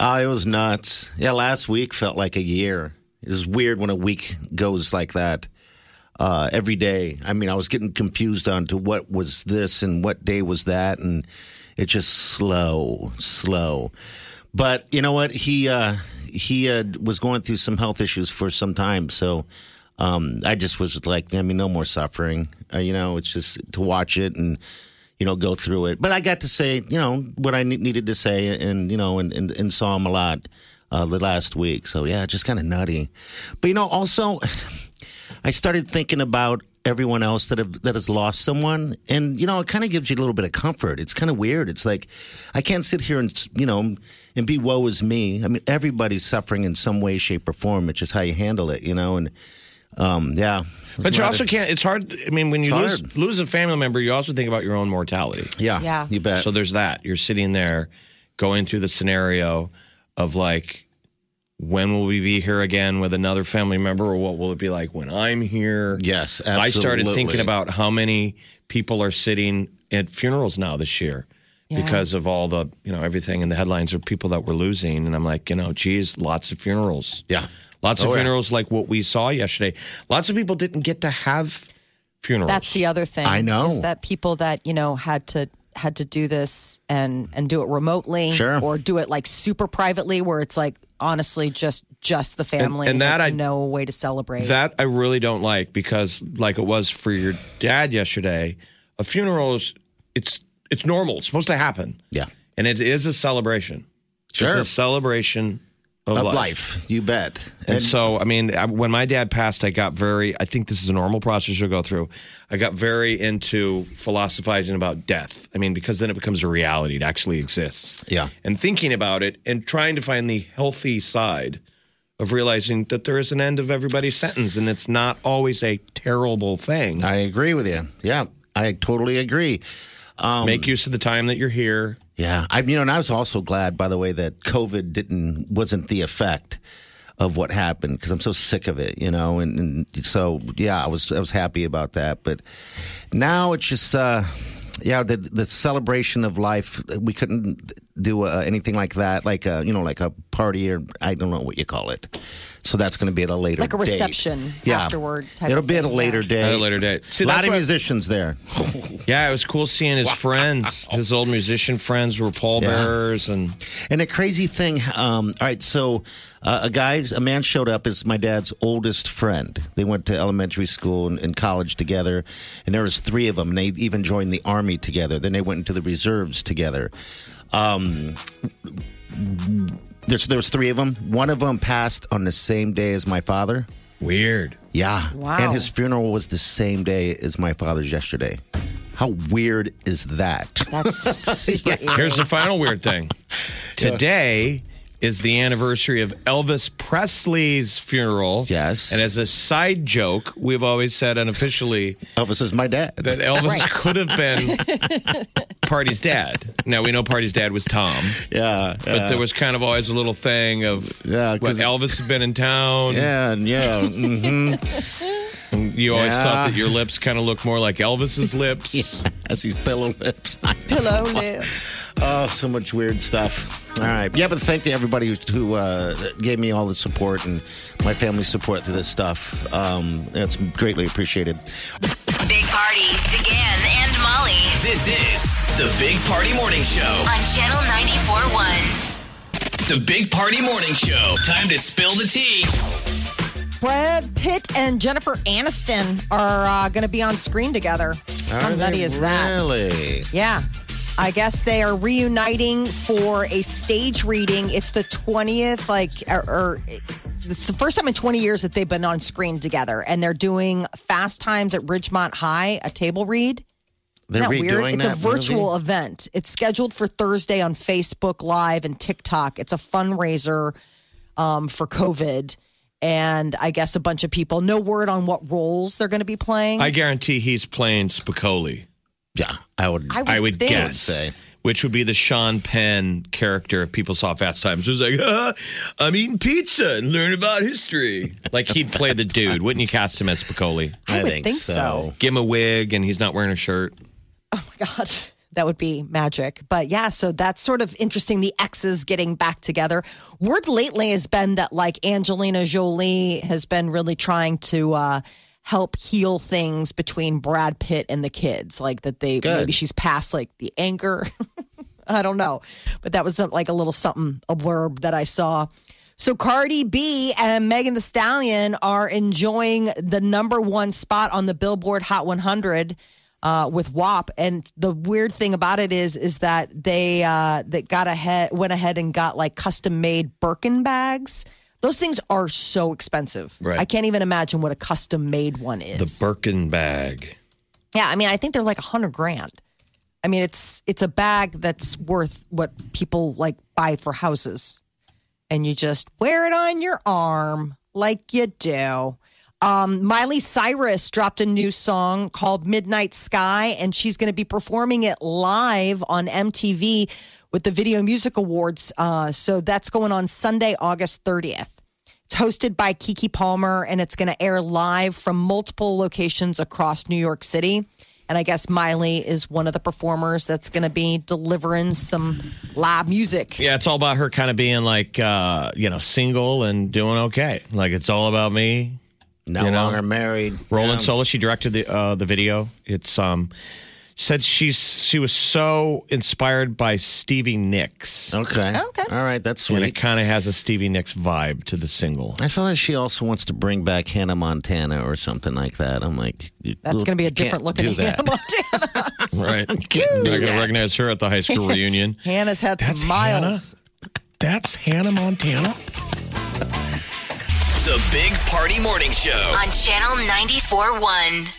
E: Uh, it was nuts. Yeah, last week felt like a year. It was weird when a week goes like that. uh, every day. I mean, I was getting confused on to what was this and what day was that, and it's just slow, slow. But you know what? He uh, he uh, was going through some health issues for some time, so um, I just was like, I mean, no more suffering. Uh, you know, it's just to watch it and you know go through it. But I got to say, you know, what I ne- needed to say, and you know, and and, and saw him a lot. Uh, the last week, so yeah, just kind of nutty, but you know, also I started thinking about everyone else that have that has lost someone, and you know, it kind of gives you a little bit of comfort. It's kind of weird. It's like I can't sit here and you know and be woe is me. I mean, everybody's suffering in some way, shape, or form. It's just how you handle it, you know. And um, yeah,
D: But you also can't, it's hard. I mean, when you
E: It's
D: lose, lose a family member, you also think about your own mortality.
E: yeah,
C: Yeah.
E: you bet.
D: So there's that. You're sitting there going through the scenario of like, when will we be here again with another family member, or what will it be like when I'm here?
E: yes, absolutely.
D: I started thinking about how many people are sitting at funerals now this year because of all the, you know, everything in the headlines of people that we're losing. And I'm like, you know, geez, lots of funerals.
E: yeah,
D: Lots of
E: Oh, yeah.
D: funerals like what we saw yesterday. Lots of people didn't get to have funerals.
C: That's the other thing.
E: I know.
C: is that people that you know had to had to do this and and do it remotely,
E: Sure.
C: or do it like super privately, where it's like honestly just just the family,
D: and that
C: like,
D: I-
C: no way to celebrate.
D: That I really don't like because like it was for your dad yesterday, a funeral is it's it's normal. It's supposed to happen.
E: yeah,
D: And it is a celebration.
E: Sure.
D: It's a celebration of,
E: of
D: life.
E: life. You bet.
D: And, so, I mean, I, when my dad passed, I got very, I think this is a normal process you'll go through. I got very into philosophizing about death. I mean, because then it becomes a reality, it actually exists.
E: Yeah.
D: And thinking about it and trying to find the healthy side of realizing that there is an end of everybody's sentence and it's not always a terrible thing.
E: I agree with you. Yeah, I totally agree.
D: Make use of the time that you're here.
E: Yeah, I you know, and I was also glad, by the way, that COVID didn't wasn't the effect of what happened because I'm so sick of it, you know, and, and so yeah, I was I was happy about that, but now it's just uh, yeah, the the celebration of life we couldn't do uh, anything like that, like a you know, like a party or I don't know what you call it, so that's going to be at a later
C: Like a
E: date.
C: reception
E: yeah.
C: afterward type
E: It'll
C: of
E: be at a
C: thing,
E: later
C: yeah.
E: day.
D: At a later date. See,
E: a lot
D: that's
E: of
D: why-
E: musicians there.
D: Yeah, it was cool seeing his friends. His old musician friends were pallbearers and.
E: And a crazy thing. Um, all right, so uh, a guy, a man showed up as my dad's oldest friend. They went to elementary school and, and college together, and there was three of them. And they even joined the army together. Then they went into the reserves together. Um, there's, there was three of them. One of them passed on the same day as my father.
D: Weird.
E: Yeah.
C: Wow.
E: And his funeral was the same day as my father's yesterday. How weird is that?
C: That's super eerie.
D: Here's the final weird thing. Today is the anniversary of Elvis Presley's funeral.
E: Yes.
D: And as a side joke, we've always said unofficially
E: Elvis is my dad.
D: that Elvis could have been Party's dad. Now we know Party's dad was Tom,
E: yeah.
D: but there was kind of always a little thing of
E: Yeah,
D: what
E: 'cause-
D: Elvis had been in town.
E: Yeah, and yeah. mhm.
D: You always thought
E: Yeah.
D: that your lips kind of look more like Elvis's lips.
E: As he's pillow lips.
C: Pillow lip.
E: Oh, so much weird stuff. All right. Yeah, but thank you everybody who, who uh, gave me all the support and my family's support through this stuff. Um, it's greatly appreciated.
B: Big Party, DeGan and Molly
A: This is the Big Party Morning Show.
B: on Channel 941.
A: The Big Party Morning Show. Time to spill the tea.
C: Brad Pitt and Jennifer Aniston are uh, going to be on screen together. How
E: Are
C: nutty
E: they
C: is that?
E: Really?
C: Yeah. I guess they are reuniting for a stage reading. It's the 20th, like, or, or it's the first time in 20 years that they've been on screen together. And they're doing Fast Times at Ridgemont High, a table read.
E: They're
C: Isn't that
E: redoing
C: weird? It's
E: that
C: a virtual
E: movie?
C: event. It's scheduled for Thursday on Facebook Live and TikTok. It's a fundraiser um, for COVID. And I guess a bunch of people, no word on what roles they're going to be playing.
D: I guarantee he's playing Spicoli.
E: Yeah, I would.
C: I would,
D: I would
C: think.
D: guess.
E: Say.
D: Which would be the Sean Penn character if people saw Fast Times. It was like, ah, I'm eating pizza and learning about history. Like he'd play the dude. Wouldn't you cast him as Spicoli?
C: I would think
E: Oh.
C: so.
D: Give him a wig and he's not wearing a shirt.
C: God, that would be magic. But yeah, so that's sort of interesting. The exes getting back together. Word lately has been that like Angelina Jolie has been really trying to uh, help heal things between Brad Pitt and the kids. Like that they
E: Good.
C: maybe she's past like the anger. I don't know, but that was uh, like a little something a blurb that I saw. So Cardi B and Megan The Stallion are enjoying the number one spot on the Billboard Hot 100 uh, with WAP, and the weird thing about it is, is that they uh, that got ahead went ahead and got like custom made Birkin bags. Those things are so expensive.
D: Right.
C: I can't even imagine what a custom made one is.
D: The Birkin bag.
C: Yeah, I mean, I think they're like a hundred grand. I mean, it's it's a bag that's worth what people like buy for houses, and you just wear it on your arm like you do. Um, Miley Cyrus dropped a new song called Midnight Sky, and she's going to be performing it live on MTV with the Video Music Awards. Uh, so that's going on Sunday, August 30th. It's hosted by Kiki Palmer and it's going to air live from multiple locations across New York City. And I guess Miley is one of the performers that's going to be delivering some live music.
D: Yeah, it's all about her kind of being like, uh, you know, single and doing okay. Like it's all about me.
E: No
D: You know?
E: longer married.
D: Roland
E: Yeah.
D: Sola. She directed the uh, the video. It's um said she's she was so inspired by Stevie Nicks,
E: Okay.
C: Okay.
E: All right. That's
D: and it
E: sweet.
D: kind of has a Stevie Nicks vibe to the single.
E: I saw that she also wants to bring back Hannah Montana or something like that. I'm like, you-
C: That's going to be a
E: you can't
C: different looking
E: do that.
C: Hannah Montana.
D: Right? You're not gonna recognize her at the high school reunion.
C: Hannah's had
D: That's
C: some miles.
D: That's Hannah Montana.
A: The Big Party Morning Show.
B: on Channel 94.1.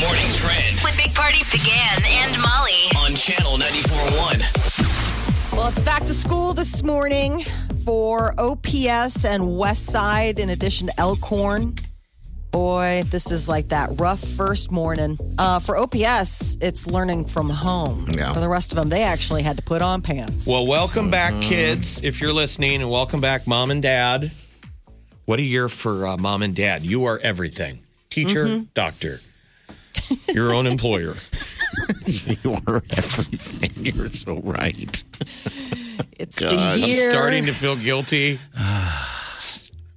A: Morning Trend
B: With Big Party, DeGan and Molly
A: on Channel 94.1.
C: Well, it's back to school this morning for OPS and West Side, in addition to Elkhorn. Boy, this is like that rough first morning. Uh, for OPS, it's learning from home.
E: Yeah.
C: For the rest of them, they actually had to put on pants.
D: Well, welcome back, kids, if you're listening, and welcome back, mom and dad. What a year for uh, mom and dad. You are everything teacher, doctor, your own employer.
E: You are everything. You're so right.
C: it's
E: God,
C: the
D: I'm
C: year.
D: starting to feel guilty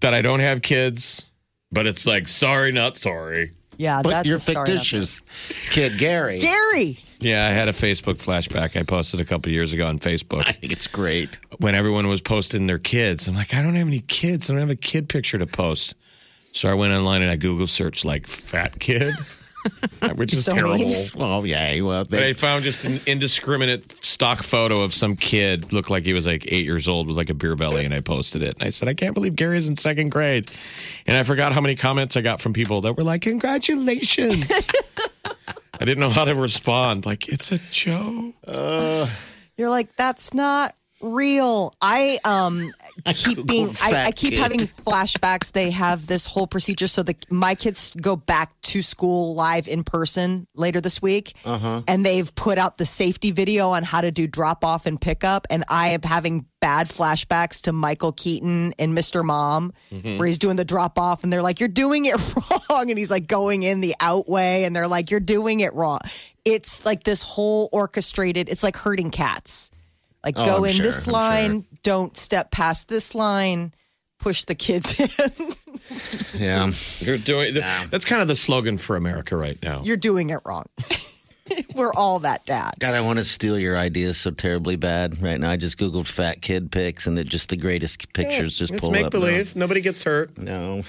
D: that I don't have kids, but it's like, sorry, not sorry.
C: yeah,
E: But
C: that's
E: you're
C: a start. of it.
E: fictitious, kid Gary.
C: Gary.
D: Yeah, I had a Facebook flashback I posted a couple years ago on Facebook.
E: I think it's great.
D: when everyone was posting their kids. I'm like, I don't have any kids. I don't have a kid picture to post. So I went online and I Google searched like fat kid, which is
C: So
D: terrible.
C: mean.
E: Well, yeah. Well,
D: But I
E: they,
D: found just an indiscriminate stock photo of some kid looked like he was like eight years old with like a beer belly, and I posted it. And I said, I can't believe Gary's in second grade. And I forgot how many comments I got from people that were like, Congratulations. I didn't know how to respond. Like, it's a joke.
C: You're like, that's not real. I um keep
E: Googled
C: being I, I
E: fat
C: keep
E: kid.
C: having flashbacks. They have this whole procedure so the my kids go back to school live in person later this week.
E: Uh-huh.
C: And they've put out the safety video on how to do drop off and pickup. And I am having bad flashbacks to Michael Keaton and Mr. Mom,
E: Mm-hmm.
C: where he's doing the drop off and they're like, You're doing it wrong. And he's like going in the out way and they're like, You're doing it wrong. It's like this whole orchestrated, it's like herding cats. Like
E: Oh,
C: go
E: I'm
C: in
E: sure,
C: this
E: I'm
C: line, don't step past this line, push the kids in.
E: yeah.
D: You're doing that's kind of the slogan for America right now.
C: You're doing it wrong. We're all that dad.
E: God, I want to steal your ideas so terribly bad right now. I just googled fat kid pics, and it just the greatest pictures just
D: It's
E: pull
D: make
E: up. now.
D: believe. Nobody gets hurt.
E: No,
D: I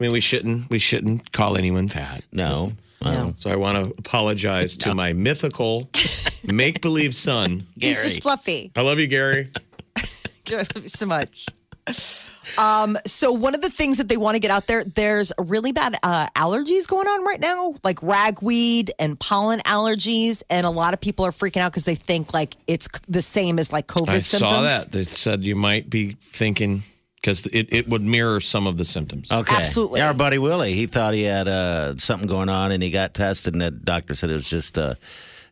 D: mean, we shouldn't we shouldn't call anyone fat.
E: no. Well,
D: So I want to apologize to my mythical make believe son.
C: He's just fluffy.
D: I love you, Gary.
C: Thank you so much. Um, so one of the things that they want to get out there, there's really bad uh, allergies going on right now, like ragweed and pollen allergies, and a lot of people are freaking out because they think like it's c- the same as like COVID
D: I
C: symptoms.
D: saw that. They said you might be thinking because it, it would mirror some of the symptoms.
E: Okay.
C: Absolutely.
E: Our buddy Willie, he thought he had uh, something going on, and he got tested, and the doctor said it was just uh,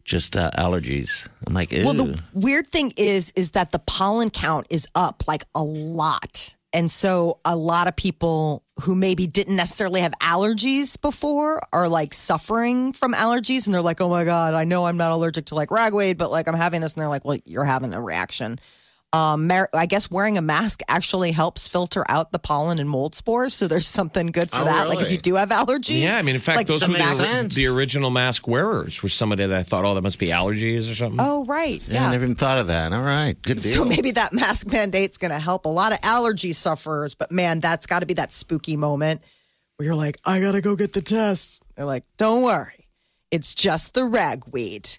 E: just uh, allergies. I'm like, Ew.
C: Well, the weird thing is, is that the pollen count is up like a lot. And so a lot of people who maybe didn't necessarily have allergies before are like suffering from allergies. And they're like, oh my God, I know I'm not allergic to like ragweed, but like I'm having this. And they're like, well, you're having a reaction. Um, mar- I guess wearing a mask actually helps filter out the pollen and mold spores. So there's something good for
E: Oh,
C: that. Like if
E: really?
C: you do have allergies.
D: Yeah, I mean, in fact,
C: like,
D: those
E: that
D: were
E: makes
D: the,
E: sense.
D: the original mask wearers were somebody that I thought, oh, that must be allergies or something.
C: Oh, right.
E: yeah, I never even thought of that. All right, good deal.
C: So maybe that mask mandate's going to help a lot of allergy sufferers. But man, that's got to be that spooky moment where you're like, I got to go get the test. They're like, don't worry, it's just the ragweed.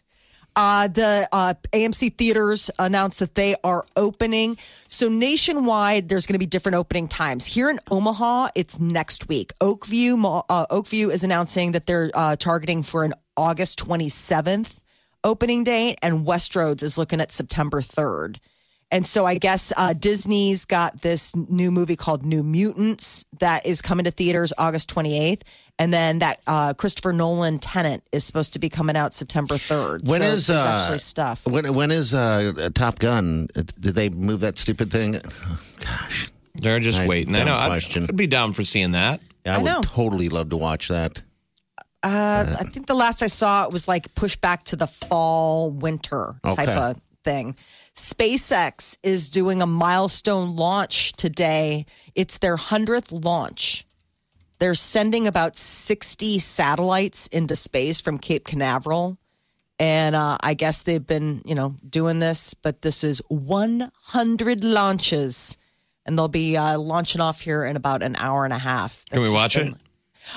C: Uh, the uh, AMC theaters announced that they are opening. So nationwide, there's going to be different opening times. Here in Omaha, it's next week. Oakview Mall- uh, Oakview is announcing that they're uh, targeting for an August 27th opening date, and Westroads is looking at September 3rd. And so I guess uh, Disney's got this new movie called New Mutants that is coming to theaters August 28th. And then that uh, Christopher Nolan Tenant is supposed to be coming out September 3rd.
E: When
C: so
E: is,
C: there's
E: uh,
C: actually stuff.
E: when when is uh, Top Gun? Did they move that stupid thing? Gosh,
D: They're just
E: I-
D: waiting. I
E: dumb
D: know. I'd,
E: question.
D: I'd be down for seeing that.
E: I,
C: I
E: would
C: know.
E: totally love to watch that.
C: Uh, I think the last I saw it was like pushed back to the fall, winter type
E: Okay.
C: of thing. SpaceX is doing a milestone launch today. It's their 100th launch. They're sending about 60 satellites into space from Cape Canaveral. And uh, I guess they've been, you know, doing this, but this is 100 launches. And they'll be uh, launching off here in about an hour and a half.
D: Can we
C: That's just
D: watch
C: been-
D: it?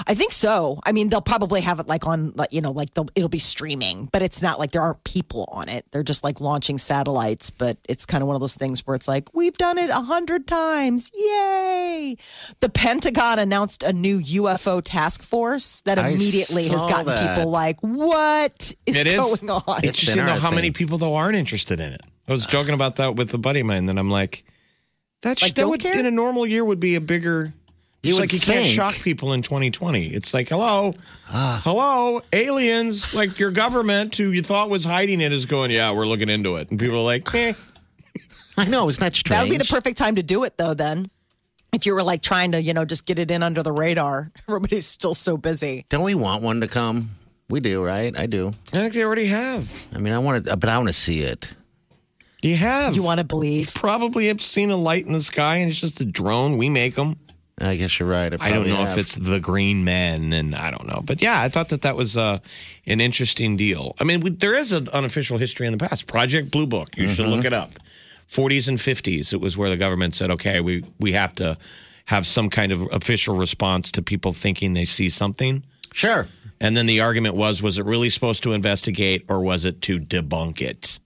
C: I think so. I mean, they'll probably have it like on, like, you know, like they'll, it'll be streaming, but it's not like there aren't people on it. They're just like launching satellites, but it's kind of one of those things where it's like, we've done it a hundred times. Yay. The Pentagon announced a new UFO task force that
E: I
C: immediately has
E: saw
C: gotten
E: that.
C: people like, what is
D: It is.
C: going on?
D: It's interesting though how
E: interesting.
D: many people though aren't interested in it. I was joking about that with a buddy of mine, and I'm like, that, sh-
C: Like,
D: that
C: don't
D: would
C: care?
D: in a normal year would be a bigger
E: You
D: it's
E: would
D: like you can't
E: think- Ah.
D: shock people in 2020. It's like, hello, hello, aliens, like your government who you thought was hiding it is going, yeah, we're looking into it. And people are like, eh.
E: I know it's not strange.
C: That would be the perfect time to do it, though. Then, if you were like trying to, you know, just get it in under the radar, everybody's still so busy.
E: Don't we want one to come? We do, right? I do.
D: I think they already have.
E: I mean, I want to, but I want to see it.
D: You have.
C: You want to believe?
D: probably have seen a light in the sky and it's just a drone. We make them.
E: I guess you're right.
D: I don't
E: probably
D: know if
E: have.
D: it's the green men, and I don't know. But yeah, I thought that that was uh, an interesting deal. I mean, we, there is an unofficial history in the past. Project Blue Book, you
E: Mm-hmm.
D: should look it up. 40s and 50s, it was where the government said, okay, we, we have to have some kind of official response to people thinking they see something.
E: sure.
D: And then the argument was, was it really supposed to investigate or was it to debunk it?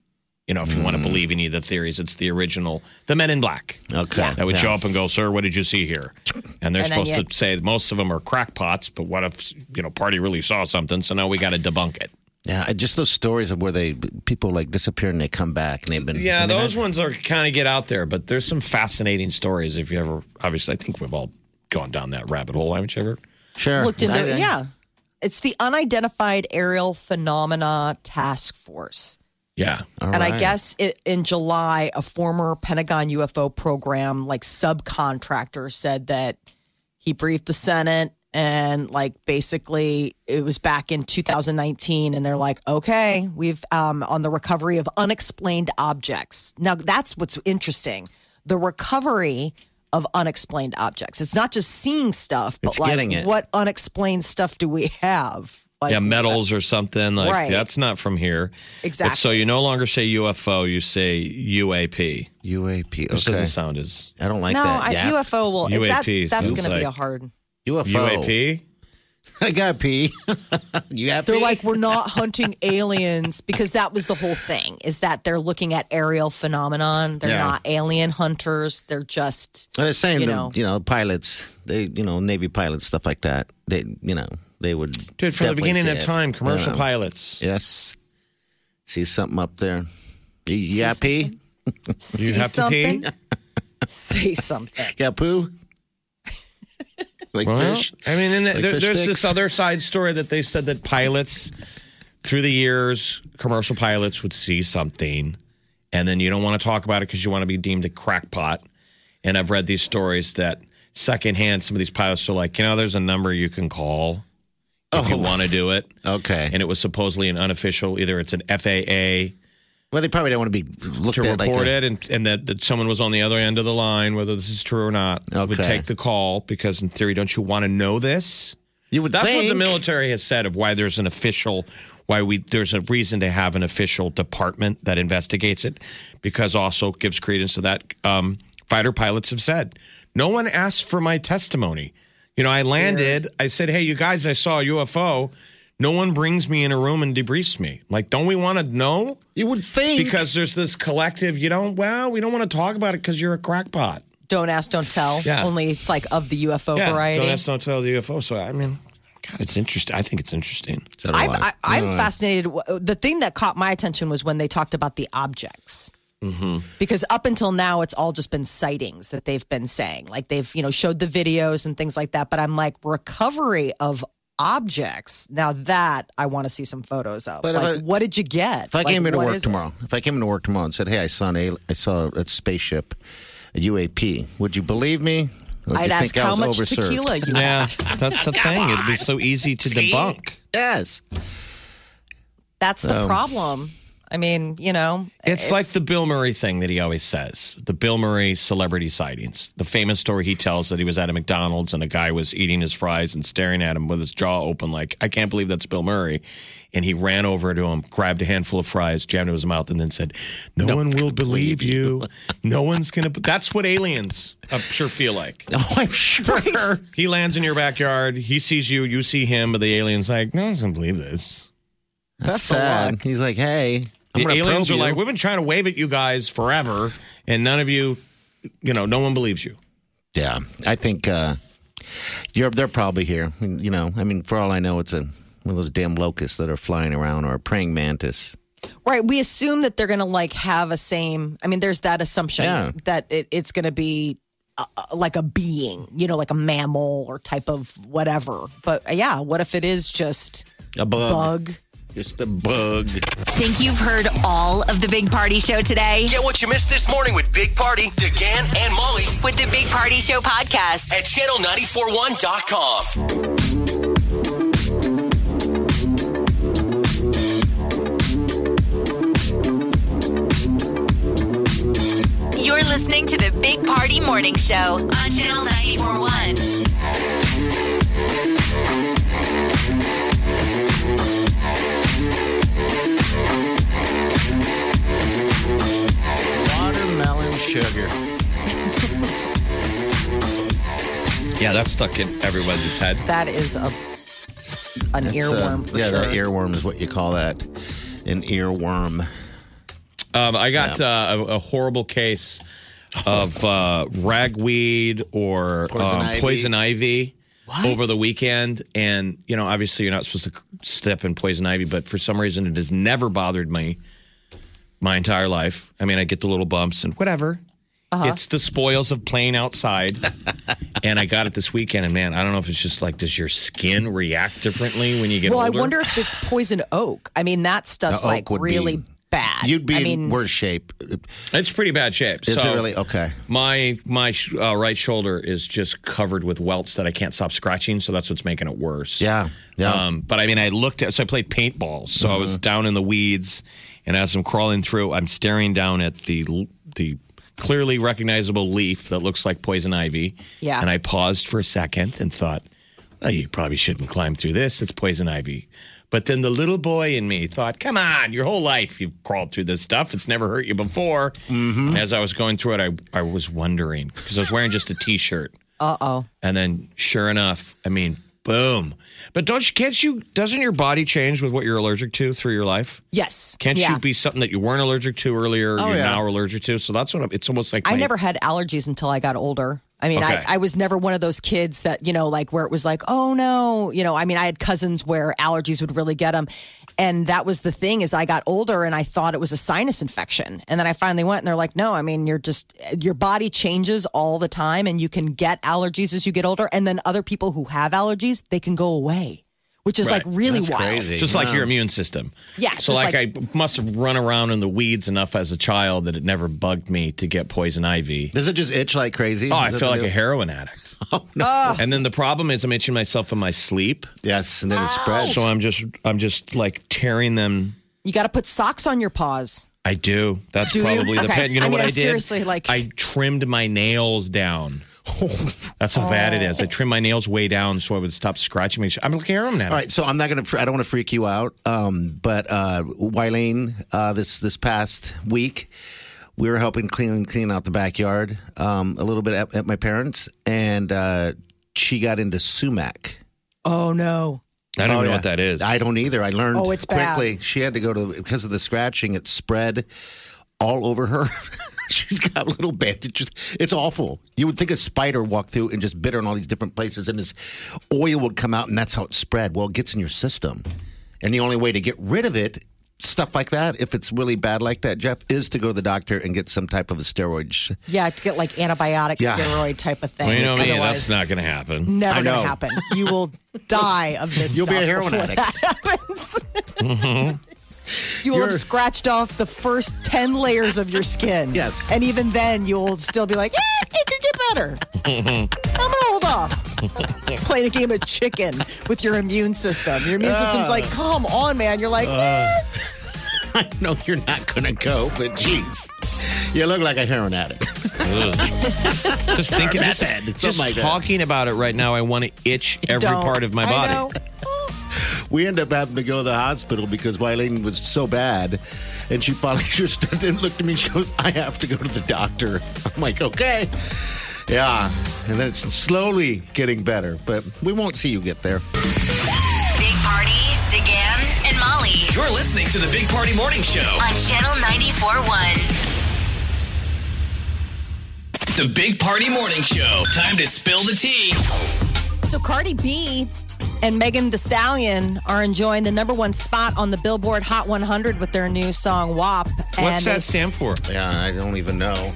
D: You know, if you want to believe any of the theories, it's the original, the Men in Black.
E: Okay.
D: That would
E: Yeah.
D: show up and go, sir, what did you see here? And they're
C: And then
D: supposed
C: you-
D: to say most of them are crackpots, but what if, you know, party really saw something? So now we got to debunk it.
E: Yeah, I- just those stories of where they people like disappear and they come back and they've been.
D: Yeah,
E: I mean,
D: those
E: I-
D: ones are kind of get out there, but there's some fascinating stories. If you ever, obviously, I think we've all gone down that rabbit hole, haven't you ever?
E: Sure.
C: Looked into
E: I-
C: it.
E: I-
C: Yeah, it's the Unidentified Aerial Phenomena Task Force.
D: Yeah.
E: All
C: and I
E: right.
C: guess it, in July, a former Pentagon UFO program like subcontractor said that he briefed the Senate and like basically it was back in 2019 and they're like okay we've um, on the recovery of unexplained objects now that's what's interesting the recovery of unexplained objects it's not just seeing stuff but
E: It's
C: like
E: getting it.
C: what unexplained stuff do we have like
D: yeah, metals or something. Like,
C: Right.
D: that's not from here. But
C: exactly
D: so you no longer say UFO, you say UAP,
E: UAP.
D: which
E: Okay.
D: doesn't sound as
E: I don't like
C: no
E: that.
C: I,
E: yeah.
C: ufo will that, that's
D: UAP sounds
C: going to be
D: like-
C: a hard
E: UFO.
D: UAP.
E: I got P. you got
C: They're
E: pee?
C: like, we're not hunting aliens because that was the whole thing is that they're looking at aerial phenomenon. They're
E: Yeah.
C: not alien hunters. They're just,
E: Well, They're saying
C: you
E: you
C: know.
E: know, you know, pilots, they, you know, Navy pilots, stuff like that. They, you know, they would.
D: Dude, from the
E: definitely
D: beginning
E: see
D: of
E: it.
D: time, commercial
E: Yeah.
D: pilots.
E: Yes, see something up there. Yeah, pee.
C: see
D: have to
C: something,
D: pee?
C: say something.
E: Yeah, poo. like
D: Well,
E: fish.
D: I mean, and
E: Like
D: there,
E: fish
D: there's
E: sticks.
D: this other side story that they said that pilots, through the years, commercial pilots would see something, and then you don't want to talk about it because you want to be deemed a crackpot. And I've read these stories that secondhand, some of these pilots are like, you know, there's a number you can call if you
E: Oh.
D: want to do it.
E: Okay.
D: And it was supposedly an unofficial, either it's an FAA
E: well, they probably don't want to be looked
D: to
E: at like
D: report
E: a-
D: it and, and that, that someone was on the other end of the line, whether this is true or not, would
E: Okay.
D: take the call because, in theory, don't you want to know this?
E: You would
D: That's
E: think.
D: what the military has said of why there's an official, why we there's a reason to have an official department that investigates it, because also gives credence to that. Um, fighter pilots have said, no one asked for my testimony. You know, I landed. I said, hey, you guys, I saw a UFO. No one brings me in a room and debriefs me. Like, don't we want to know?
E: You would think
D: because there's this collective you don't well we don't want to talk about it because you're a crackpot
C: Don't ask, don't tell.
D: Yeah.
C: Only it's like of the UFO variety.
D: don't ask don't tell the ufo so i mean god it's interesting i think it's interesting
E: So do
C: I'm,
E: I.
C: I, I'm fascinated. The thing that caught my attention was when they talked about the objects.
D: Mm-hmm.
C: Because up until now, it's all just been sightings that they've been saying. Like they've, you know, showed the videos and things like that. But I'm like, recovery of objects. Now that I want to see some photos of.
E: But if
C: like,
E: I-
C: what did you get?
E: If I
C: Like,
E: came into
C: what
E: work
C: is it?
E: tomorrow, if I came into work tomorrow and said, "Hey, I saw an al- I saw a spaceship, a UAP," would you believe me? Or would
C: I'd
E: you
C: ask
E: think I
C: how
E: was
C: much
E: overserved?
C: tequila you
D: yeah
C: had.
D: that's the thing it'd be so easy to debunk
E: Yes.
C: That's the
E: Um,
C: problem. I mean, you know,
D: it's, like the bill murray thing that he always says the bill murray celebrity sightings the famous story he tells that he was at a mcdonald's and a guy was eating his fries and staring at him with his jaw open like i can't believe that's bill murray and he ran over to him, grabbed a handful of fries, jammed it in his mouth, and then said, "No, one will believe you. no one's gonna." That's what aliens, I'm sure, feel like.
E: Oh, I'm sure.
D: He lands in your backyard. He sees you. You see him. But the alien's like, "No one's gonna believe this."
E: That's
C: a
E: sad. He's like, "Hey, I'm
D: the
E: gonna
D: aliens are
E: probe you.
D: like, "We've been trying to wave at you guys forever, and none of you, you know, no one believes you."
E: Yeah, I think uh, you're, they're probably here. I mean, You know, I mean, for all I know, it's a one of those damn locusts that are flying around or a praying mantis.
C: Right. We assume that they're going to like have a same. I mean, there's that assumption
E: Yeah.
C: that it, it's going to be uh, uh, like a being, you know, like a mammal or type of whatever. But uh, yeah, what if it is just
E: A bug.
C: bug?
E: Just a bug.
B: Think you've heard all of the Big Party Show today?
A: Get what you missed this morning with Big Party, DeGan, and Molly
B: With the Big Party Show podcast.
A: at channel941.com.
B: You're listening to the Big Party Morning Show on Channel 941.
E: Watermelon sugar.
D: Yeah, that's stuck in everybody's head.
C: That is a an
E: That's, uh,
C: earworm for
E: yeah,
C: sure.
E: that earworm is what you call that. An earworm.
D: Um, I got uh, a, a horrible case of uh, ragweed or
E: Poison
D: um,
E: ivy.
D: poison ivy over the weekend. And, you know, obviously you're not supposed to step in poison ivy, but for some reason it has never bothered me my entire life. I mean, I get the little bumps and whatever.
E: Uh-huh.
D: It's the spoils of playing outside. and I got it this weekend. And man, I don't know if it's just like, does your skin react differently when you get
C: well,
D: older?
C: I wonder if it's poison oak. I mean, that stuff's
E: The oak
C: like
E: would be-
C: really bad.
E: You'd be
C: I
E: in
C: mean,
E: worse shape.
D: It's pretty bad shape.
E: Is
D: so
E: it really? Okay.
D: My my sh- uh, right shoulder is just covered with welts that I can't stop scratching, so that's what's making it worse.
E: Yeah. Yeah.
D: Um, but I mean, I looked at so I played paintball, so I was down in the weeds, and as I'm crawling through, I'm staring down at the l- the clearly recognizable leaf that looks like poison ivy.
C: Yeah.
D: And I paused for a second and thought, well, you probably shouldn't climb through this. It's poison ivy. But then the little boy in me thought, come on, your whole life you've crawled through this stuff. It's never hurt you before. As I was going through it, I, I was wondering because I was wearing just a t shirt.
C: uh oh.
D: And then, sure enough, I mean, boom. But don't you, can't you, doesn't your body change with what you're allergic to through your life?
C: Yes.
D: Can't
C: yeah.
D: you be something that you weren't allergic to earlier,
E: Oh,
D: you're
E: yeah.
D: now allergic to? So that's what I'm, it's almost like
C: I
D: my-
C: never had allergies until I got older. I mean,
D: Okay.
C: I, I was never one of those kids that, you know, like where it was like, oh no, you know, I mean, I had cousins where allergies would really get them. And that was the thing is I got older and I thought it was a sinus infection. And then I finally went and they're like, no, I mean, you're just, your body changes all the time and you can get allergies as you get older. And then other people who have allergies, they can go away, which is
D: Right.
C: like really
E: That's
C: wild.
E: crazy.
D: Just like
E: Wow.
D: your immune system.
C: Yeah,
D: So,
C: just
D: like, I must have run around in the weeds enough as a child that it never bugged me to get poison ivy.
E: Does it just itch like crazy?
D: Oh, I
E: Is that
D: feel
E: the Oh,
D: like a
E: deal?
D: heroin addict. And then the problem is I'm itching myself in my sleep.
E: Yes, and then it spreads.
D: So I'm just, I'm just like tearing them.
C: You got to put socks on your paws.
D: I do. That's
C: Do you?
D: probably the
C: Okay.
D: pen. You know
C: I mean,
D: what
C: I
D: I did?
C: seriously, like-
D: I trimmed my nails down. That's how bad it is.
C: Oh.
D: I trimmed my nails way down so I would stop scratching me. I'm like, heroin addict.
E: All right, so I'm not gonna. I don't want to freak you out, um, but uh, Wylene, uh, this this past week, we were helping clean clean out the backyard um, a little bit at, at my parents, and uh, she got into sumac.
C: Oh no.
D: I don't
E: Oh,
D: even know
E: yeah.
D: what that is.
E: I don't either. I learned
C: Oh, it's bad.
E: quickly. She had to go to because of the scratching. It spread all over her. She's got little bandages. It's awful. You would think a spider walked through and just bit her in all these different places, and this oil would come out, and that's how it spread. Well, it gets in your system, and the only way to get rid of it. Stuff like that, if it's really bad like that, Jeff, is to go to the doctor and get some type of a steroid. sh-
C: Yeah, to get like antibiotic,
E: Yeah.
C: steroid type of thing.
D: Well, you know me.
C: Otherwise-
D: That's not going to happen.
C: never
E: I
C: going
E: know.
C: to happen. You will die of this.
E: You'll be
C: stuff
E: a heroin
C: before
E: addict. Mm-hmm.
C: That happens. You will have
E: You're-
C: scratched off the first ten layers of your skin.
E: Yes.
C: and even then, you'll still be like, "Eh, it could get better."
E: Mm-hmm.
C: I'm gonna hold off. Playing a game of chicken with your immune system. Your immune system's like, "Come on, man." You're
E: Uh,
C: like, "Eh."
E: I know you're not going to go, but jeez, you look like a heroin addict.
D: Just thinking
E: that
D: this,
E: bad. Something
D: just
E: like that.
D: talking about it right now, I want to itch every
C: Don't.
D: part of my
C: I
D: body.
C: know.
E: we ended up having to go to the hospital because Wileen was so bad. And she finally just stood and looked at me and she goes, I have to go to the doctor. I'm like, okay. Yeah. And then it's slowly getting better, but we won't see you get there.
B: Big Party, DeGan, and Molly
A: You're listening to the Big Party Morning Show.
B: on Channel 941.
A: The Big Party Morning Show. Time to spill the tea.
C: So Cardi B and Megan the Stallion are enjoying the number one spot on the Billboard Hot 100 with their new song WAP.
D: What's
C: and
D: that
C: they-
D: stand for?
E: Yeah, I don't even know.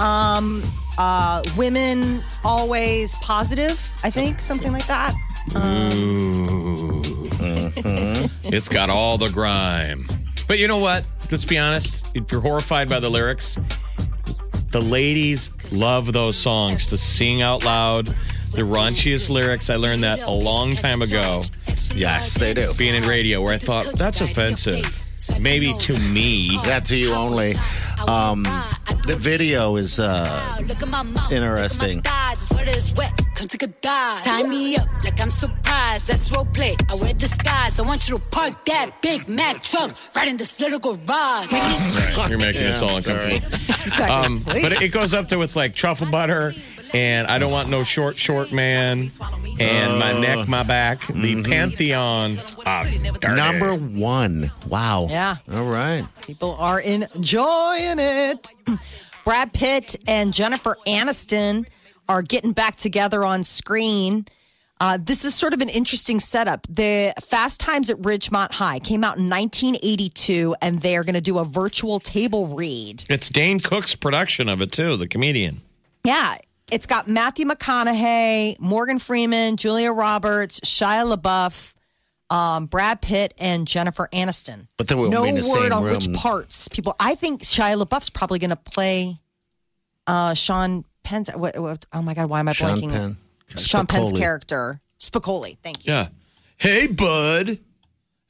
C: uh, women always positive, I think, something like that.
D: It's got all the grime. But you know what? Let's be honest. If you're horrified by the lyrics, the ladies love those songs. The sing out loud, the raunchiest lyrics. I learned that a long time ago
E: Yes, they do.
D: being in radio where I thought that's offensive. Maybe to me.
E: That to you only. Um, the video is uh, interesting.
F: Tie me up like I'm surprised. That's role play. I wear disguise. I want you to park that Big Mac truck right in this little garage.
D: You're making us all uncomfortable. Um, but it- it goes up there with like truffle butter and I don't want no short, short man and my neck, my back, the
E: Mm-hmm.
D: pantheon. of dirty.
E: Number one. Wow.
C: Yeah.
E: All right.
C: People are enjoying it. Brad Pitt and Jennifer Aniston are getting back together on screen. Uh, this is sort of an interesting setup. The Fast Times at Ridgemont High came out in 1982, and they are going to do a virtual table read.
D: It's Dane Cook's production of it too, the comedian.
C: Yeah, it's got Matthew McConaughey, Morgan Freeman, Julia Roberts, Shia LaBeouf, um, Brad Pitt, and Jennifer Aniston.
E: But they were
C: no
E: in the
C: word
E: same
C: on
E: room.
C: which parts people. I think Shia LaBeouf's probably going to play uh, Sean Penn's. What, what, oh my God, why am I
E: Sean
C: blanking?
E: Penn.
C: Sean Penn's
E: Spicoli.
C: character, Spicoli. Thank you.
D: Yeah. Hey, bud.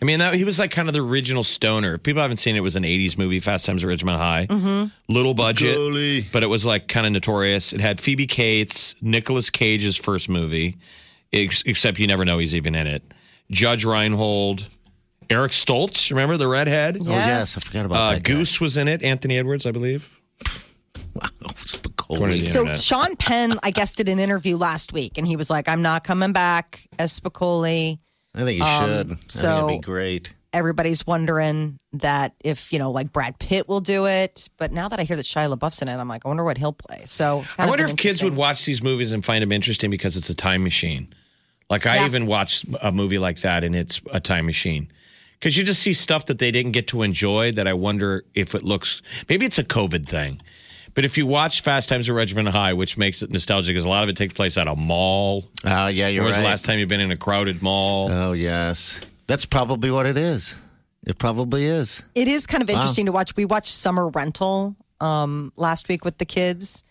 D: I mean, that, he was like kind of the original stoner. If People haven't seen it. It was an 80s movie, Fast Times at Ridgemont High.
E: Mm-hmm.
D: Little budget,
E: Golly.
D: but it was like kind of notorious. It had Phoebe Cates, Nicolas Cage's first movie, ex- except you never know he's even in it. Judge Reinhold, Eric Stoltz, remember the redhead?
E: Oh, yes. I forgot about
D: Uh,
E: that. guy.
D: Goose was in it, Anthony Edwards, I believe.
E: Wow.
D: According to
E: Spicoli.
D: the
C: So
D: internet.
C: Sean Penn, I guess, did an interview last week, and he was like, "I'm not coming back as Spicoli."
E: I think you should. I think
C: Um, so-
E: it'd be great.
C: everybody's wondering that if you know like Brad Pitt will do it, but now that I hear that Shia LaBeouf's in it, I'm like, I wonder what he'll play. So kind
D: I
C: of
D: wonder
C: an
D: if kids would
C: interesting-
D: watch these movies and find them interesting because it's a time machine. Like I
C: Yeah.
D: even watched a movie like that and it's a time machine. Because you just see stuff that they didn't get to enjoy that I wonder if it looks maybe it's a COVID thing. But if you watch Fast Times at Regiment High, which makes it nostalgic because a lot of it takes place at a mall.
E: Oh, yeah, you're
D: When was
E: right.
D: the last time you've been in a crowded mall?
E: Oh, yes. That's probably what it is. It probably is.
C: It is kind of interesting to watch. We watched Summer Rental um, last week with the kids,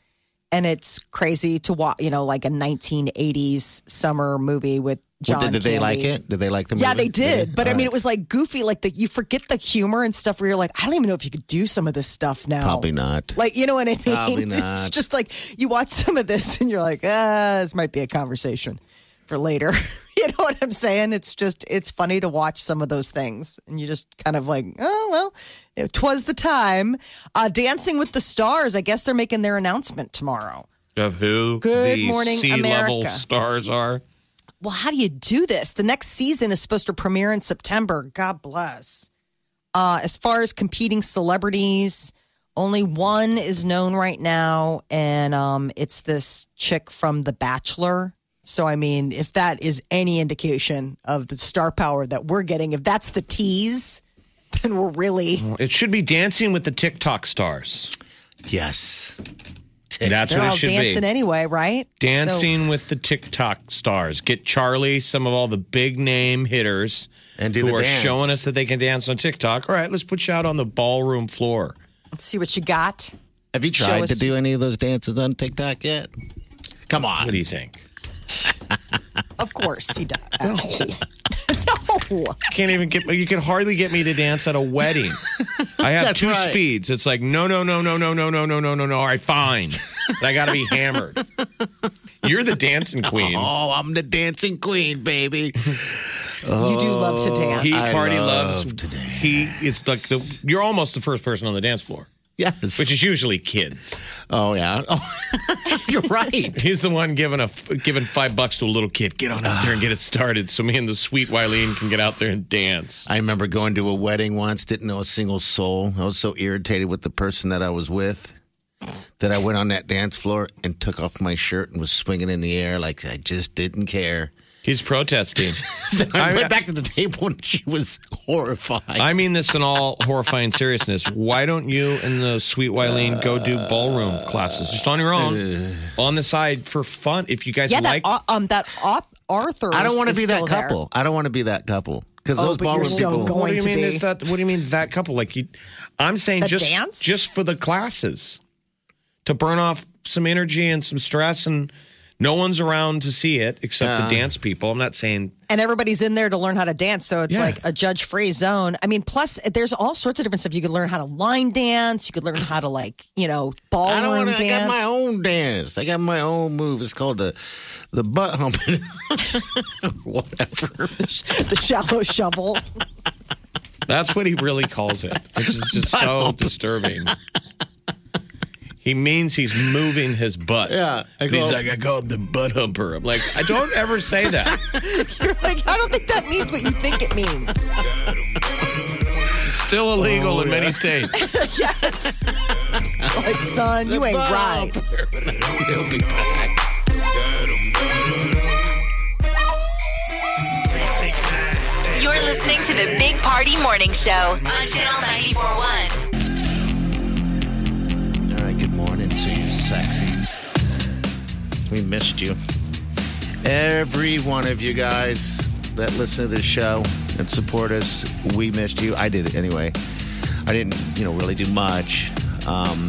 C: and it's crazy to watch. You know, like a 1980s summer movie with John.
E: What, did, did they
C: Candy.
E: like it? Did they like the movie? Uh,
C: Yeah, they did. But I
E: All
C: mean,
E: right.
C: it was like goofy. Like the, you forget the humor and stuff. Where you're like, I don't even know if you could do some of this stuff now.
E: Probably not.
C: Like, you know what I mean?
E: Probably not.
C: It's just like you watch some of this and you're like, ah, this might be a conversation for later. you know what I'm saying? It's just, it's funny to watch some of those things. And you just kind of like, oh, well, it was the time. Uh, Dancing with the Stars, I guess they're making their announcement tomorrow.
D: Of who
C: Good
D: the
C: Morning
D: sea level
C: America.
D: stars are.
C: Well, how do you do this? The next season is supposed to premiere in September. God bless. Uh, as far as competing celebrities, only one is known right now, and um, it's this chick from The Bachelor. So, I mean, if that is any indication of the star power that we're getting, if that's the tease, then we're really.
D: It should be dancing with the TikTok stars.
E: Yes.
D: That's
C: They're
D: what
C: all
D: it should be.
C: dancing anyway, right?
D: Dancing with the TikTok stars. Get Charlie, some of all the big name hitters
E: And do
D: who
E: the
D: are
E: dance.
D: showing us that they can dance on TikTok. All right, let's put you out on the ballroom floor.
C: So, let's see what you got.
E: Have you
C: Show
E: tried to
C: us-
E: do any of those dances on TikTok yet? Come on.
D: What do you think?
C: Of course, he does. no.
D: Can't even get you can hardly get me to dance at a wedding. I have
E: That's
D: two
E: right.
D: speeds. It's like no no no no no no no no no no no. All right, fine. But I gotta be hammered. You're the dancing queen.
E: Oh, I'm the dancing queen, baby.
C: You do love to dance.
D: He
E: I
D: party
E: love
D: loves he it's like the you're almost the first person on the dance floor.
E: yes.
D: Which is usually kids.
E: oh yeah. Oh, you're right.
D: He's the one giving a giving five bucks to a little kid. Get on out there and get it started, so me and the sweet Wileen can get out there and dance.
E: I remember going to a wedding once, didn't know a single soul. I was so irritated with the person that I was with that I went on that dance floor and took off my shirt and was swinging in the air like I just didn't care.
D: He's protesting.
E: Then I
D: I-
E: went back to the table and she was horrified.
D: I mean this in all horrifying seriousness. Why don't you and the sweet Wileen go do ballroom classes just on your own, on the side for fun? If you guys
C: Yeah,
D: like,
C: that uh, um that Arthur.
E: I don't want
C: want
E: to be that couple. I don't want to be that couple because
C: Oh,
E: those
C: but you're
E: ballroom
C: so
E: people.
C: going
D: what do you
C: to
D: mean?
C: be.
D: Is that what do you mean that couple? Like you, I'm saying
C: The
D: just
C: dance?
D: just for the classes to burn off some energy and some stress, and no one's around to see it except the dance people. I'm not saying
C: and everybody's in there to learn how to dance. So it's
D: Yeah.
C: like a judge free zone. I mean, plus there's all sorts of different stuff. You could learn how to line dance. You could learn how to like you know ballroom
E: I don't want to. I got
C: dance.
E: my own dance. I got my own move. It's called the the butt humping. Whatever.
C: the shallow shovel.
D: That's what he really calls it, which is just so disturbing. He means he's moving his butt.
E: Yeah, I
D: And he's
E: go-
D: like, I call it the butt humper. I'm like, I don't ever say that.
C: You're like, I don't think that means what you think it means.
D: It's still illegal
E: Oh,
D: in many states.
C: yes. Like, son, you ain't right.
E: It'll be back.
A: 369.
B: You're listening to the Big Party Morning Show on Channel 941.
E: All right. Good morning to you, sexies. We missed you. Every one of you guys that listen to this show and support us, we missed you. I did it anyway. I didn't, you know, really do much um,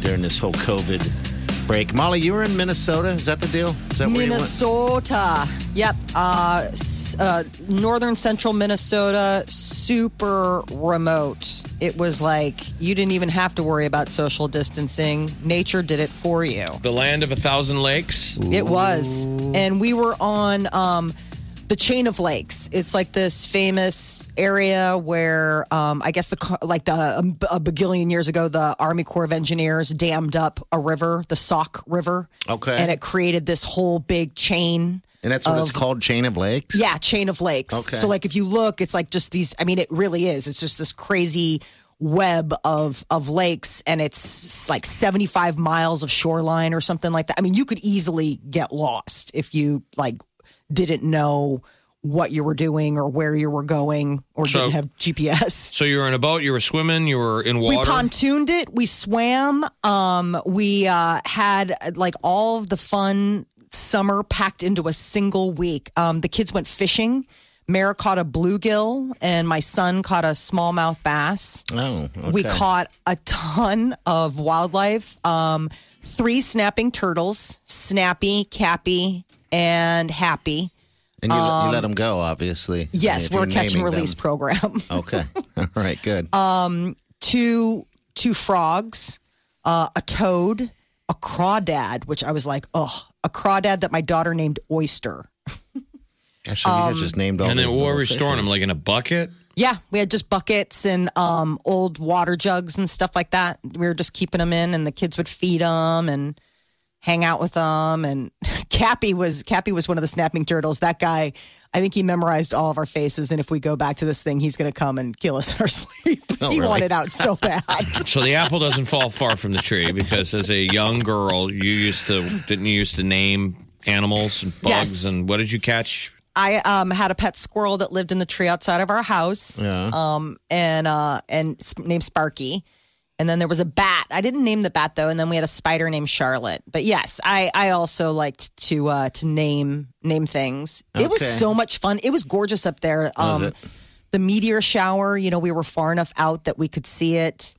E: during this whole COVID break. Molly, you were in Minnesota. Is that the deal? Is that where you went?
C: Minnesota. Yep. Uh, s- uh, northern central Minnesota, super remote. It was like you didn't even have to worry about social distancing. Nature did it for you.
D: The land of a thousand lakes.
C: It was. And we were on um, the chain of lakes. It's like this famous area where um, I guess the car- like the um, a bagillion years ago the Army Corps of Engineers dammed up a river, the Sauk River.
E: Okay.
C: And it created this whole big chain.
E: And that's what it's
C: of-
E: called, Chain of Lakes?
C: Yeah, chain of lakes.
E: Okay.
C: So like if you look, it's like just these I mean it really is. It's just this crazy web of of lakes and it's like 75 miles of shoreline or something like that. I mean, you could easily get lost if you like didn't know what you were doing or where you were going or
D: So-
C: didn't have GPS.
D: So you were in a boat, you were swimming, you were in water.
C: We pontooned it. We swam. Um, we uh, had uh, like all of the fun summer packed into a single week. Um, the kids went fishing. Mara caught a bluegill, and my son caught a smallmouth bass.
E: Oh, okay.
C: We caught a ton of wildlife. Um, three snapping turtles: Snappy, Cappy, and Happy.
E: And you, you let them go, obviously.
C: um, Yes,
E: If you're
C: we're a catch and
E: naming
C: release
E: them.
C: program.
E: Okay. All right, good.
C: two two frogs, uh, a toad, a crawdad, which I was like, oh, a crawdad that my daughter named Oyster.
E: Gosh, so
C: Um,
E: you guys just named all
D: and
E: the
D: then what were we
E: little
D: storing them?
E: fishes.
D: Like in a bucket?
C: Yeah, we had just buckets and um, old water jugs and stuff like that. We were just keeping them in, and the kids would feed them and hang out with them. And Cappy was Cappy was one of the snapping turtles. That guy, I think he memorized all of our faces. And if we go back to this thing, he's going to come and kill us in our sleep. he
E: really?
C: wanted out so bad.
D: So the apple doesn't fall far from the tree because as a young girl, you used to didn't you used to name animals and
C: Yes.
D: bugs and what did you catch?
C: I um, had a pet squirrel that lived in the tree outside of our house, um, and uh, and sp- named Sparky. And then there was a bat. I didn't name the bat though. And then we had a spider named Charlotte. But yes, I, I also liked to uh, to name name things. It was
E: Okay.
C: so much fun. It was gorgeous up there. Um,
E: Was it?
C: The meteor shower. You know, we were far enough out that we could see it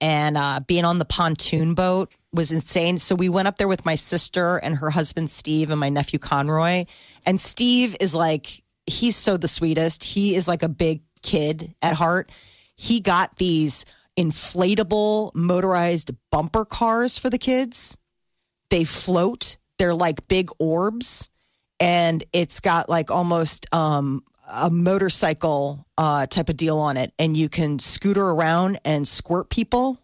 C: and uh, being on the pontoon boat was insane. So we went up there with my sister and her husband Steve and my nephew Conroy. And Steve is like he's so the sweetest. He is like a big kid at heart. He got these inflatable motorized bumper cars for the kids. They float. They're like big orbs and it's got like almost um, a motorcycle uh, type of deal on it, and you can scooter around and squirt people.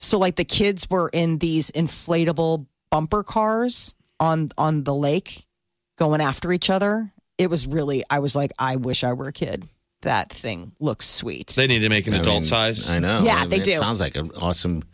C: So like the kids were in these inflatable bumper cars on on the lake, going after each other. It was really I was like I wish I were a kid. That thing looks sweet.
D: They need to make an
E: I
D: adult
E: mean,
D: size.
E: I know.
C: Yeah,
E: I mean,
C: they
E: it
C: do.
E: Sounds like an awesome.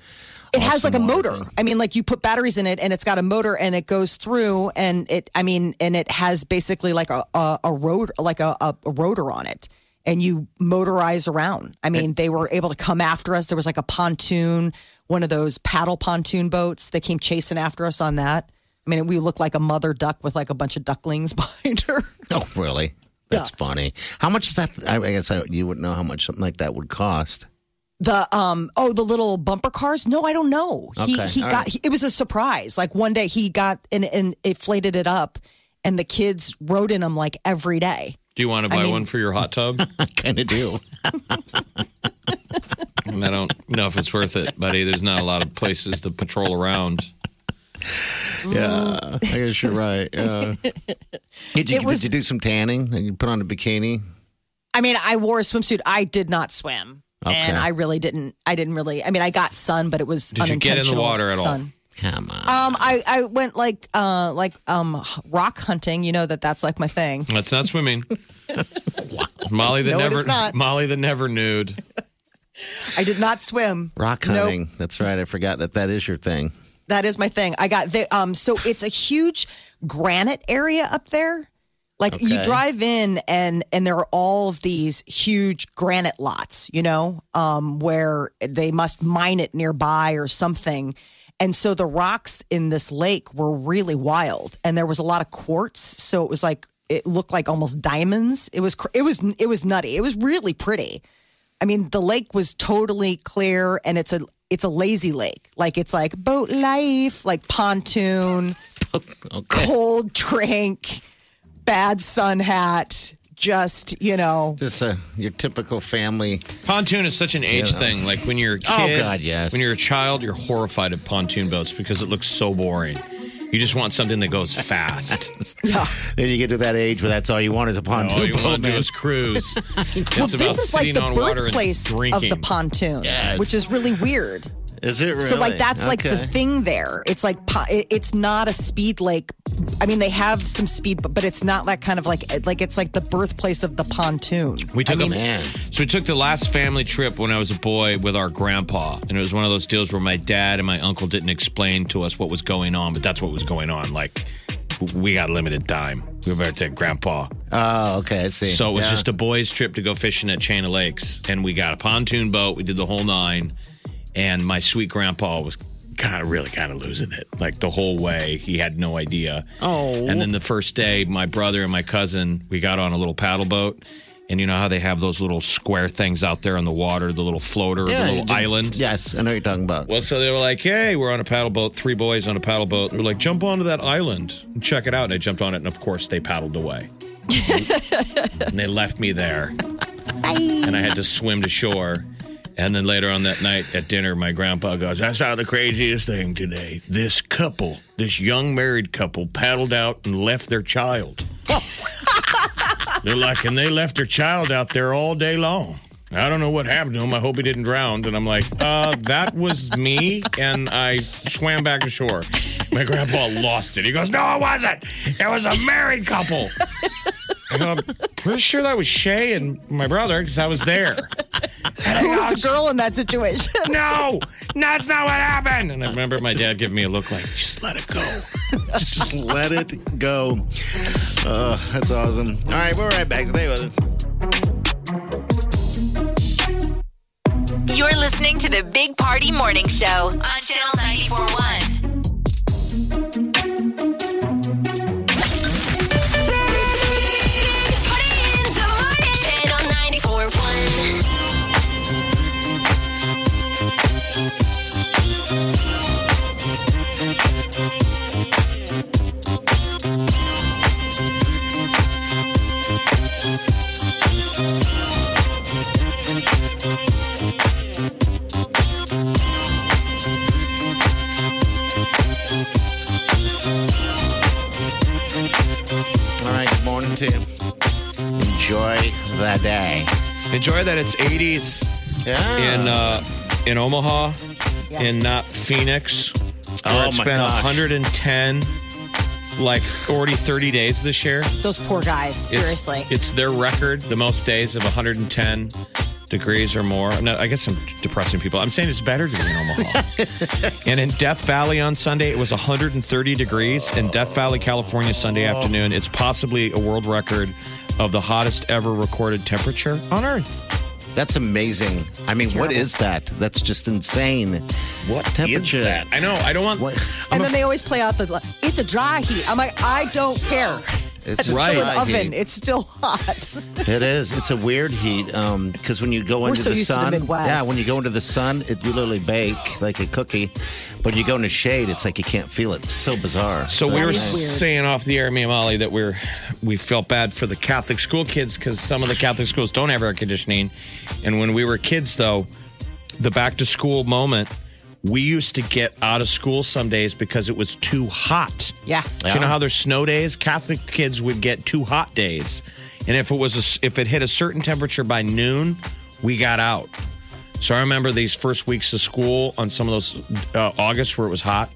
C: It has like a motor. I mean, like you put batteries in it, and it's got a motor, and it goes through, and it. I mean, and it has basically like a a, a road, like a, a a rotor on it, and you motorize around. I mean, they were able to come after us. There was like a pontoon, one of those paddle pontoon boats. They came chasing after us on that. I mean, we looked like a mother duck with like a bunch of ducklings behind her.
E: Oh, really? That's funny. How much is that? I I guess I, you wouldn't know how much something like that would cost.
C: The um oh the little bumper cars? No, I don't know. He
E: Okay,
C: he
E: all
C: got
E: right.
C: he, it was a surprise. Like one day he got and and inflated it up, and the kids rode in them like every day.
D: Do you want to buy one for your hot tub?
E: I kind of do.
D: And I don't know if it's worth it, buddy. There's not a lot of places to patrol around.
E: yeah, I guess you're right. Yeah. Did you,
C: It was-
E: did you do some tanning? And you put on a bikini?
C: I mean, I wore a swimsuit. I did not swim, and
E: Okay.
C: I really didn't. I didn't really. I mean, I got sun, but it was
D: Did you get in the
C: unintentional
D: water at all?
C: sun.
E: Come on.
C: Um, I I went like uh like um rock hunting. You know that that's like my thing.
D: That's not swimming. Molly that
C: No, it
D: never
C: is not.
D: Molly that never nude.
C: I did not swim.
E: Rock
C: Nope.
E: hunting. That's right. I forgot that that is your thing.
C: That is my thing. I got the um so it's a huge granite area up there. Like you
E: Okay.
C: drive in and and there are all of these huge granite lots, you know, um where they must mine it nearby or something. And so the rocks in this lake were really wild and there was a lot of quartz, so it was like it looked like almost diamonds. It was cr- it was it was nutty. It was really pretty. I mean, the lake was totally clear, and it's a it's a lazy lake. Like it's like boat life, like pontoon, cold drink, bad sun hat, just you know.
E: Just uh, your typical family.
D: Pontoon is such an age thing. Like when you're a
E: Oh,
D: kid,
E: God, yes.
D: when you're a child, you're horrified of pontoon boats because it looks so boring. You just want something that goes fast.
E: Then you get to that age where that's all you want is a pontoon
D: All you
E: boat,
D: want to do
E: man.
D: is cruise. it's
C: Well,
D: about
C: this is like
D: sitting
C: the
D: on water and
C: birthplace of
D: drinking.
C: the pontoon,
E: Yes.
C: which is really weird.
E: Is it really?
C: So like that's like the
E: Okay.
C: thing there. It's like po- it- it's not a speed lake. I mean, they have some speed, but but it's not that kind of like like it's like the birthplace of the pontoon.
D: We took a,
E: Man.
D: so we took the last family trip when I was a boy with our grandpa, and it was one of those deals where my dad and my uncle didn't explain to us what was going on, but that's what was going on. Like we got limited time. We were about to take grandpa,
E: Oh, okay. I see.
D: so it was just a boys' trip to go fishing at Chain of Lakes, and we got a pontoon boat. We did the whole nine, and my sweet grandpa was kind of really kind of losing it like the whole way. He had no idea.
E: Oh.
D: And then the first day, my brother and my cousin, we got on a little paddle boat. And you know how they have those little square things out there on the water, the little floater, the
E: you
D: little
E: did-
D: island?
E: Yes, I know what you're talking about.
D: Well, so they were like, hey, we're on a paddle boat, three boys on a paddle boat. And we're like, jump onto that island and check it out. And I jumped on it, and of course, they paddled away. and they left me there. And I had to swim to shore. And then later on that night at dinner, my grandpa goes, I saw the craziest thing today. This couple, this young married couple, paddled out and left their child. They're like, and they left their child out there all day long. I don't know what happened to him. I hope he didn't drown. And I'm like, uh, that was me. And I swam back to shore. My grandpa lost it. He goes, No, it wasn't. It was a married couple. I go, I'm pretty sure that was Shay and my brother because I was there. And I
C: Who's
D: go,
C: the girl in that situation?
D: No, that's not what happened. And I remember my dad giving me a look like, Just let it go.
E: just let it go. Uh, that's awesome. All right, we're right back. Stay with us.
B: You're listening to the Big Party Morning Show on Channel 941. Big Party in the morning. Channel 941.
E: All right, good morning to you. Enjoy the day.
D: Enjoy that. It's 80s.
E: Yeah.
D: in uh, in Omaha, in not Phoenix. Where
E: Oh,
D: it's
E: my
D: been
E: gosh.
D: 110, like 40, 30 days this year.
C: Those poor guys,
D: It's-
C: seriously.
D: It's, their record, the most days of 110 degrees or more. No, I guess I'm depressing people. I'm saying it's better to be in Omaha. and in Death Valley on Sunday, it was 130 degrees. In Death Valley, California, Sunday
E: Oh.
D: afternoon, it's possibly a world record of the hottest ever recorded temperature on Earth.
E: That's amazing. I mean, what is that? That's just insane. What temperature?
D: that? I know. I don't want.
E: What?
D: I'm
C: and
D: a-
C: then they always play out the it's a dry heat. I'm like, I don't care. It's
E: It's
D: Right.
C: still an
E: dry
C: oven.
E: heat.
C: It's still hot.
E: It is. It's a weird heat because when you go
C: We're
E: into
C: so
E: the
C: used to the
E: sun,
C: Midwest.
E: yeah, when you go into the sun, it you literally bake like a cookie. But when you go into shade, it's like you can't feel it. It's so bizarre.
D: So we were
C: is weird.
D: saying off the air, me and Molly, that we're we felt bad for the Catholic school kids because some of the Catholic schools don't have air conditioning. And when we were kids, though, the back to school moment, we used to get out of school some days because it was too hot.
C: Yeah.
D: So You know how there's snow days? Catholic kids would get two hot days, and if it was a s if it hit a certain temperature by noon, we got out. So I remember these first weeks of school on some of those uh, August where it was hot.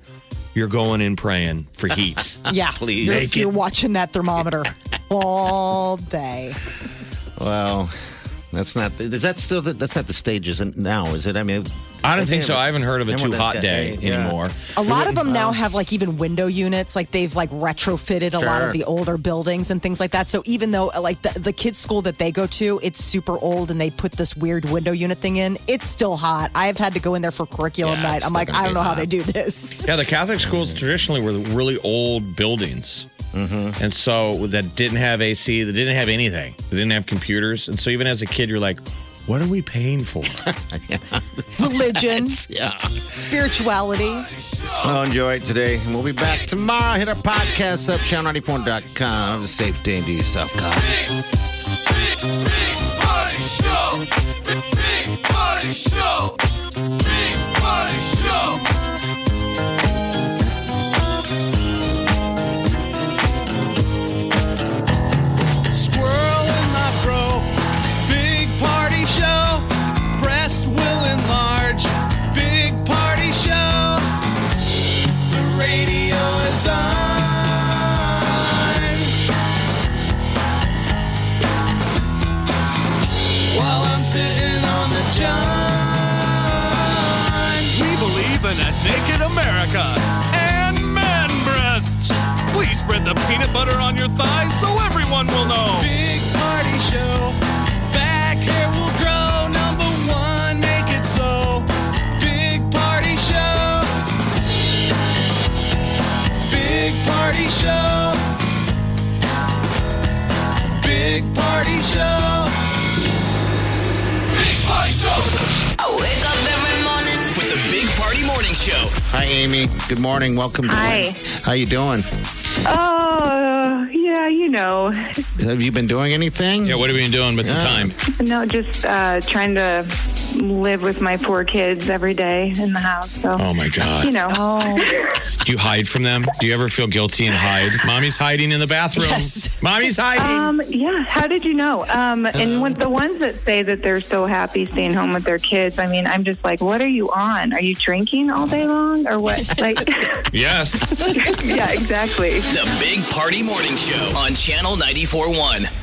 D: You're going in praying for heat.
C: Yeah.
E: Please.
C: You're,
E: Make
C: you're watching that thermometer all day.
E: Well, that's not. Is that still? The, that's not the stages now, is it? I mean,
D: I don't think so. I haven't heard of a
E: Remember
D: too
E: that
D: hot day
E: day, yeah.
D: anymore.
C: A lot of them now have like even window units, like they've like retrofitted a lot of
E: Sure.
C: the older buildings and things like that. So even though like the, the kids' school that they go to, it's super old and they put this weird window unit thing in, it's still hot. I've had to go in there for curriculum
E: Yeah,
C: night.
E: it's
C: I'm
E: still
C: like,
E: gonna
C: I
E: be
C: don't know how
E: hot.
C: they do this.
D: Yeah, the Catholic schools traditionally were really old buildings. Mm-hmm. And so that didn't have AC, that didn't have anything, that didn't have computers. And so even as a kid, you're like, what are we paying for?
C: Religion,
E: Yeah.
C: spirituality.
E: Well, enjoy it today, and we'll be back tomorrow. Hit our podcast up channel94.com. Have a safe day and do yourself God.
A: Squirrel in my bro. Big party show. Breast will enlarge. Big party show. The radio is on. While I'm sitting on the john. We believe in a naked America and man breasts. Please spread the peanut butter on your thighs so everyone will know. Big party show. Back hair will grow. Number one, make it so. Big party show. Big party show. Big party show. Big party show.
B: I wake up every morning.
A: With the Big Party Morning Show.
E: Hi, Amy. Good morning. Welcome. Hi. How you doing?
G: Oh, yeah, you know.
E: Have you been doing anything?
D: yeah, what have you been doing with the time?
G: No, just uh, trying to live with my four kids every day in the house. So,
D: Oh my
G: you
D: God.
G: know.
D: Do you hide from them? Do you ever feel guilty and hide? Mommy's hiding in the bathroom.
C: Yes.
D: Mommy's hiding.
G: Um, yeah, how did you know? Um, and when, the ones that say that they're so happy staying home with their kids, I mean, I'm just like, what are you on? Are you drinking all day long or what? Like,
D: yes.
G: yeah, exactly.
A: The Big Party Morning Show on Channel 94.1.